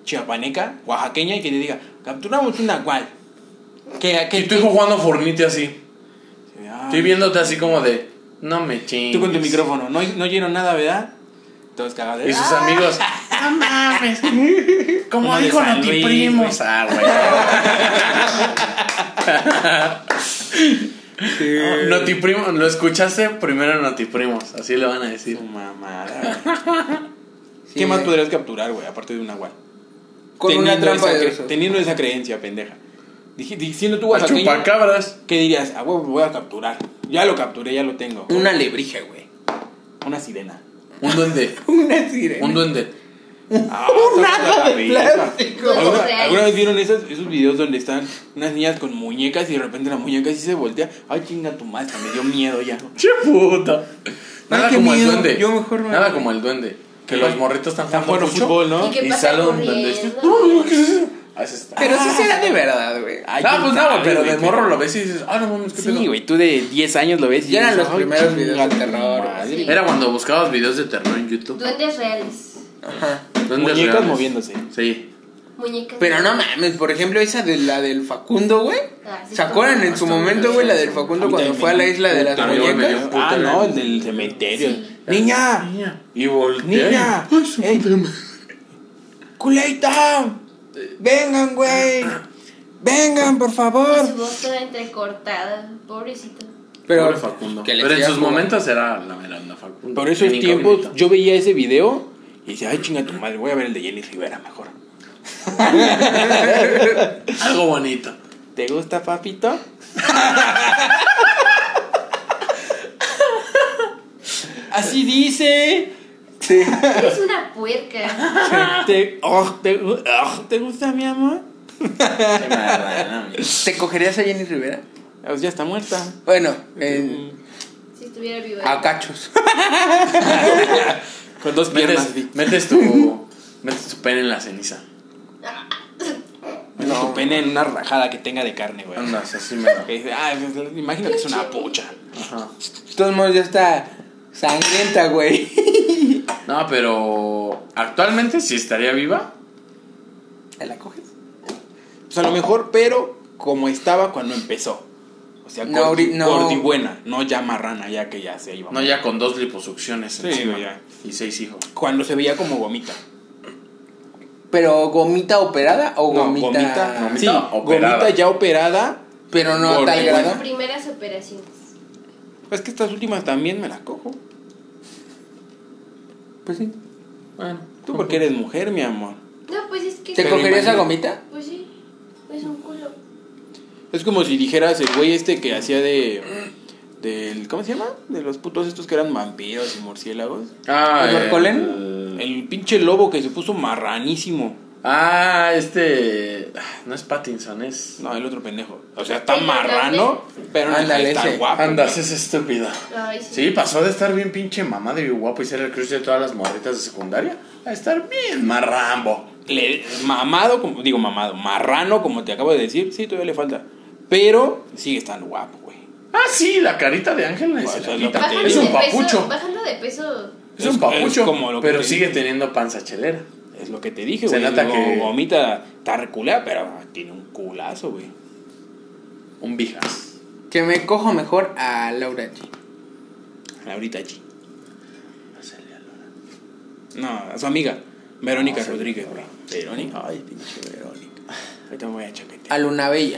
chiapaneca, oaxaqueña, y que te diga, capturamos un nahual. Que, que
Y tu hijo jugando Fornite así.
Ah,
Estoy viéndote así como de. No me chingues.
tú con tu micrófono, no, no oyeron nada, ¿verdad? Todos cagados.
Y sus amigos. No mames. Como
Uno de
dijo
San Luis,
Notiprimo. Ah,
Ah,
güey. Notiprimo, lo escuchaste primero en Notiprimos, así le van a decir.
Tu mamada. güey. ¿Qué más podrías capturar, güey, aparte de un nahual?
Con una trampa
esa
de
cre-
esos.
Teniendo esa creencia, pendeja. Dije- diciendo tú
A
oaxaqueño,
chupacabras.
¿qué dirías? A huevo, voy a capturar. Ya lo capturé, ya lo tengo.
Una lebrija, güey.
Una sirena.
Un duende,
Una sirena.
un duende.
Ah, está
nada de
la verga.
plástico.
¿Alguna,
Real.
alguna vez vieron esas- esos videos donde están unas niñas con muñecas y de repente la muñeca así se voltea? Ay, chinga tu madre, me dio miedo ya.
Che puta. Nada
qué
como el
miedo.
duende.
Yo mejor me
Nada
voy.
como el duende. Que
Ay,
los morritos están
Están
jugando
jugando
mucho
fútbol, ¿no? Ah,
Y que
Y
pasa
sale un duende. y dice, "No,
corriendo.
no, ¿qué es eso?". Así está.
Pero sí será de verdad, güey.
Ay,
Ah,
quién
pues no, güey,
sabe,
pero de
güey,
morro
pero-
lo ves y dices, ah, no mames, qué pedo.
Sí, güey, tú de 10 años lo ves. y
Ya eran
dices,
los
"Ay,
primeros videos
chinga
de
tu
terror,
madre".
Sí.
Era cuando buscabas videos de terror en YouTube.
Duendes reales.
Ajá.
¿Dónde
Muñecas
reales?
moviéndose.
Sí.
Muñecas.
Pero no mames, por ejemplo, esa de la del Facundo, güey.
Ah, sí,
¿Se acuerdan
está
en su
bien.
momento, güey, la del
A
Facundo
mí
cuando
también
fue a la
me-
isla de las
puta, yo me dio
muñecas?
un
Ah,
puto
no,
miedo.
el del cementerio.
Sí.
Niña,
Y volteé.
niña, Ey. culeita, vengan, güey, vengan, por
Y
favor.
Su voz toda entrecortada. Pobrecito.
Pero,
Pero,
Facundo.
que le
pero en
siga
sus
jugando.
momentos era la veranda Facundo.
Por esos
En
tiempos
incógnito.
yo veía ese video y decía, ay, chinga tu madre, voy a ver el de Jenny Rivera mejor.
Algo bonito.
¿Te gusta, papito? Así dice.
Eres una puerca.
¿Te, oh, te, oh, ¿te gusta, mi amor?
¿Te cogerías a Jenny Rivera?
Pues ya está muerta.
Bueno, en-
Mm.
Si estuviera viva.
a cachos.
Con dos piernas. así.
metes, metes tu. metes tu pene en la ceniza.
Metes tu pene en una rajada que tenga de carne, güey.
Andas así mero.
Que dice, "Ay, pues, imagino que es una pucha.
Ajá.
De todos modos ya está sangrienta, güey.
No, pero. Actualmente, si estaría viva.
¿Te la coges?
Pues a lo mejor, pero como estaba cuando empezó. O sea,
No,
gordi,
ahorita- no.
gordibuena, no ya marrana, ya que ya se iba.
No, ya con dos liposucciones
Sí,
encima.
güey, ya.
Y seis hijos.
Cuando se veía como gomita.
Pero gomita operada o
No,
gomita.
gomita. Sí,
operada.
gomita ya operada.
Pero no a tal
Gordibuena.
grado.
Las primeras operaciones.
Pues que estas últimas también me las cojo.
Pues sí.
Bueno.
Tú porque eres mujer, mi amor.
No, pues es que.
¿Te
Pero
cogerías la
imagínate.
gomita?
Pues sí, es un culo.
Es como si dijeras el güey este que hacía de. Del, ¿Cómo se llama? De los putos estos que eran vampiros y murciélagos.
Ah,
¿El
eh,
Barcolén?
El pinche lobo que se puso marranísimo.
Ah, este. No es Pattinson, es.
No, el otro pendejo. O sea, está
Sí,
marrano, pero no deja de
Ándale,
estar
ese.
guapo.
Andas, es estúpida.
Ay,
Sí, pasó de estar bien pinche mamá de guapo y ser el crush de todas las morritas de secundaria a estar bien marrambo.
Le- mamado, como, digo mamado, marrano, como te acabo de decir, sí, todavía le falta. Pero sigue estando guapo, güey.
Ah, sí, la carita de Ángel
Pues,
se la
es lo
quita.
que te
Es
digo.
Bajando
un
de peso,
papucho.
bajando de peso.
Es un
Es-
papucho.
es como lo que
pero
te
sigue
digo.
teniendo panza chelera.
Es lo que te dije,
Se
güey.
nota
Digo,
que-
Gomita está reculada, pero tiene un culazo, güey.
Un vijas.
Que me cojo mejor a Laura G.
Ahorita allí. No, a su amiga, Verónica Rodríguez, güey. Verónica. Ay, pinche Verónica. Ahorita me voy a
A
chaquetear.
Luna Bella.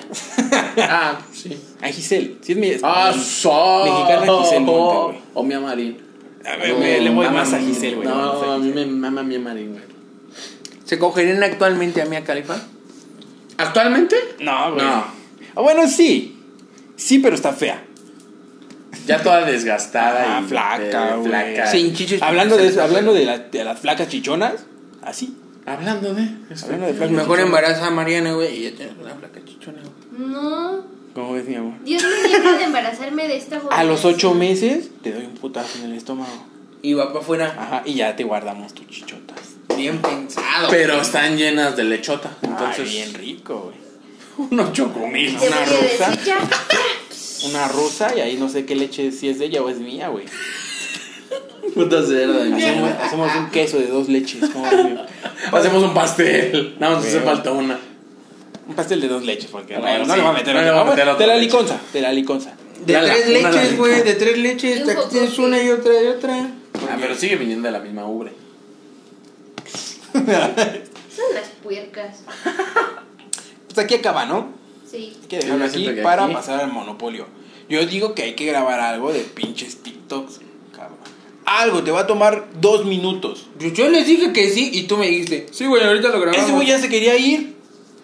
ah, sí.
A Giselle. Sí, es mi.
Ah, so.
Mexicana Giselle Monte, güey.
O Mia Marín.
A ver, me- le voy
Mamá
más a
Mia-
Giselle, güey.
No,
Más a
a mí
Giselle.
me mama Mia Marín, güey.
¿Se cogerían actualmente a Mia Khalifa?
¿Actualmente?
No, güey.
No.
Ah, bueno, sí. Sí, pero está fea.
Ya toda desgastada.
Ah,
y,
flaca,
eh,
güey.
flaca.
Sin chichis.
Hablando de eso, hablando de, la- de las flacas chichonas, así.
Hablando de. esto.
Hablando de flacas
Pues Mejor
chichonas.
embaraza a Mariana, güey, y ya tienes una flaca chichona, güey.
No.
¿Cómo ves, mi amor?
Dios me libre de embarazarme de esta
A los ocho
meses.
meses te doy un putazo en el estómago.
Y va para afuera.
Ajá, y ya te guardamos tus chichotas.
Bien pensado.
Pero están llenas de lechota. Entonces.
Ay, bien rico, güey.
Unos chocomiles.
Te voy
una
a decir
rusa.
ya.
Una rusa y ahí no sé qué leche, si es de ella o es mía, güey.
Puta cerda.
Hacemos, hacemos un queso de dos leches. ¿cómo ves, mi amor?
Hacemos un pastel. Nada más hace
Pero-
falta una.
Un pastel de dos leches, porque
Bueno,
no
sí.
le va a meter
No le
otra.
va a
Ah, bueno,
meter otra
De la
leche.
liconza, de la liconza.
De
Una
tres
la- una la
leches,
leche.
güey, de tres leches.
Y un
Aquí tienes
jocote.
una y otra y otra.
Ah, pero sigue viniendo de la misma ubre.
Son las puercas.
Pues aquí acaba, ¿no?
Sí.
Hay que dejarlo
Yo siento
aquí
que
para
aquí-
pasar al monopolio. Yo digo que hay que grabar algo de pinches TikToks, cabrón. Algo, te va a tomar dos minutos.
Yo, yo les dije que sí y tú me dijiste. Sí, güey, ahorita lo grabamos.
Ese güey ya se quería ir.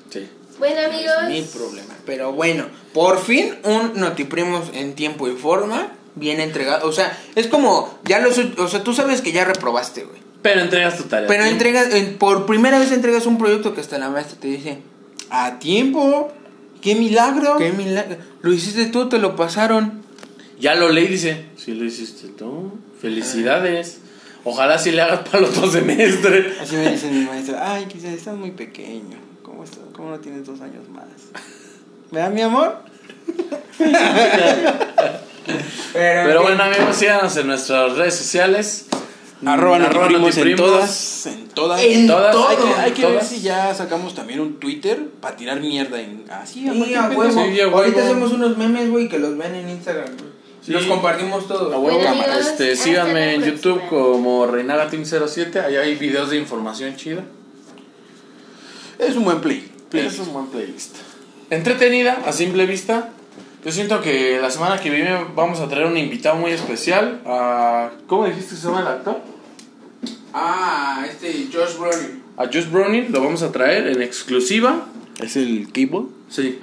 Sí.
Bueno,
Ni
amigos.
problema. Pero bueno, por fin un Notiprimos en tiempo y forma, bien entregado. O sea, es como, ya los, o sea, tú sabes que ya reprobaste, güey.
Pero entregas tu tarea.
Pero
Eh, Sí.
entregas, en- por primera vez entregas un proyecto que hasta la maestra te dice,
A tiempo. ¡Qué milagro!
qué milagro, lo hiciste tú, te lo pasaron.
Ya lo leí, dice. Si lo hiciste tú. Felicidades. Ojalá si le hagas para los dos semestres.
Así me dice mi maestra. Ay, quizás estás muy pequeño. ¿Cómo, estás? ¿Cómo no tienes dos años más? ¿Verdad, mi amor?
Pero,
Pero bueno, amigos, síganos en nuestras redes sociales.
Arroba, Notiprimos en
eh, Notiprimos.
todas. En todas.
En
todas.
todo.
Hay que, hay que ver
Todas.
si ya sacamos también un Twitter para tirar mierda en. Así,
Sí, a huevo.
Sí, a huevo.
Ahorita hacemos unos memes, güey, que los ven en Instagram. güey.
Sí.
Los compartimos todos.
A huevo,
Bueno,
cámara.
amigos,
Este,
hasta
síganme
la
en
próxima.
YouTube como Reinagatin07. Ahí hay videos de información chida.
Es un buen play.
Es un buen playlist. Entretenida, a simple vista. Yo siento que la semana que viene vamos a traer un invitado muy especial. A, ¿Cómo dijiste que se llama el actor?
Ah, este Josh Brolin.
A Josh Browning lo vamos a traer en exclusiva.
¿Es el cable?
Sí.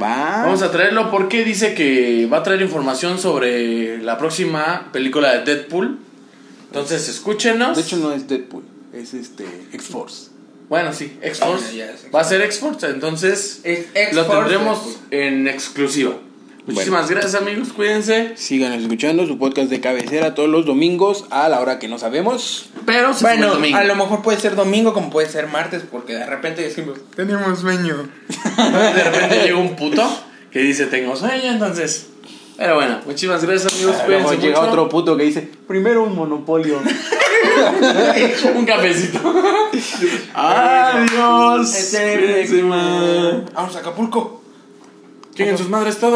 Va.
Vamos a traerlo porque dice que va a traer información sobre la próxima película de Deadpool. Entonces, escúchenos.
De hecho, no es Deadpool. Es este. X-Force.
Bueno, sí,
Ah,
X-Force.
ya, sí.
Va a ser X-Force, entonces
Es X-Force.
lo tendremos en exclusiva. Muchísimas gracias, amigos. Cuídense.
Sigan escuchando su podcast de cabecera todos los domingos a la hora que no sabemos.
Pero se
Bueno,
sube el domingo.
a lo mejor puede ser domingo como puede ser martes, porque de repente decimos, tenemos sueño.
De repente llega un puto que dice tengo sueño, entonces. Pero bueno, muchísimas gracias, amigos.
Luego
Cuídense
llega
mucho.
otro puto que dice: Primero un monopolio.
un cafecito.
Adiós.
Este-
Cuídense, man.
Vamos a Acapulco.
Lleguen sus madres todos.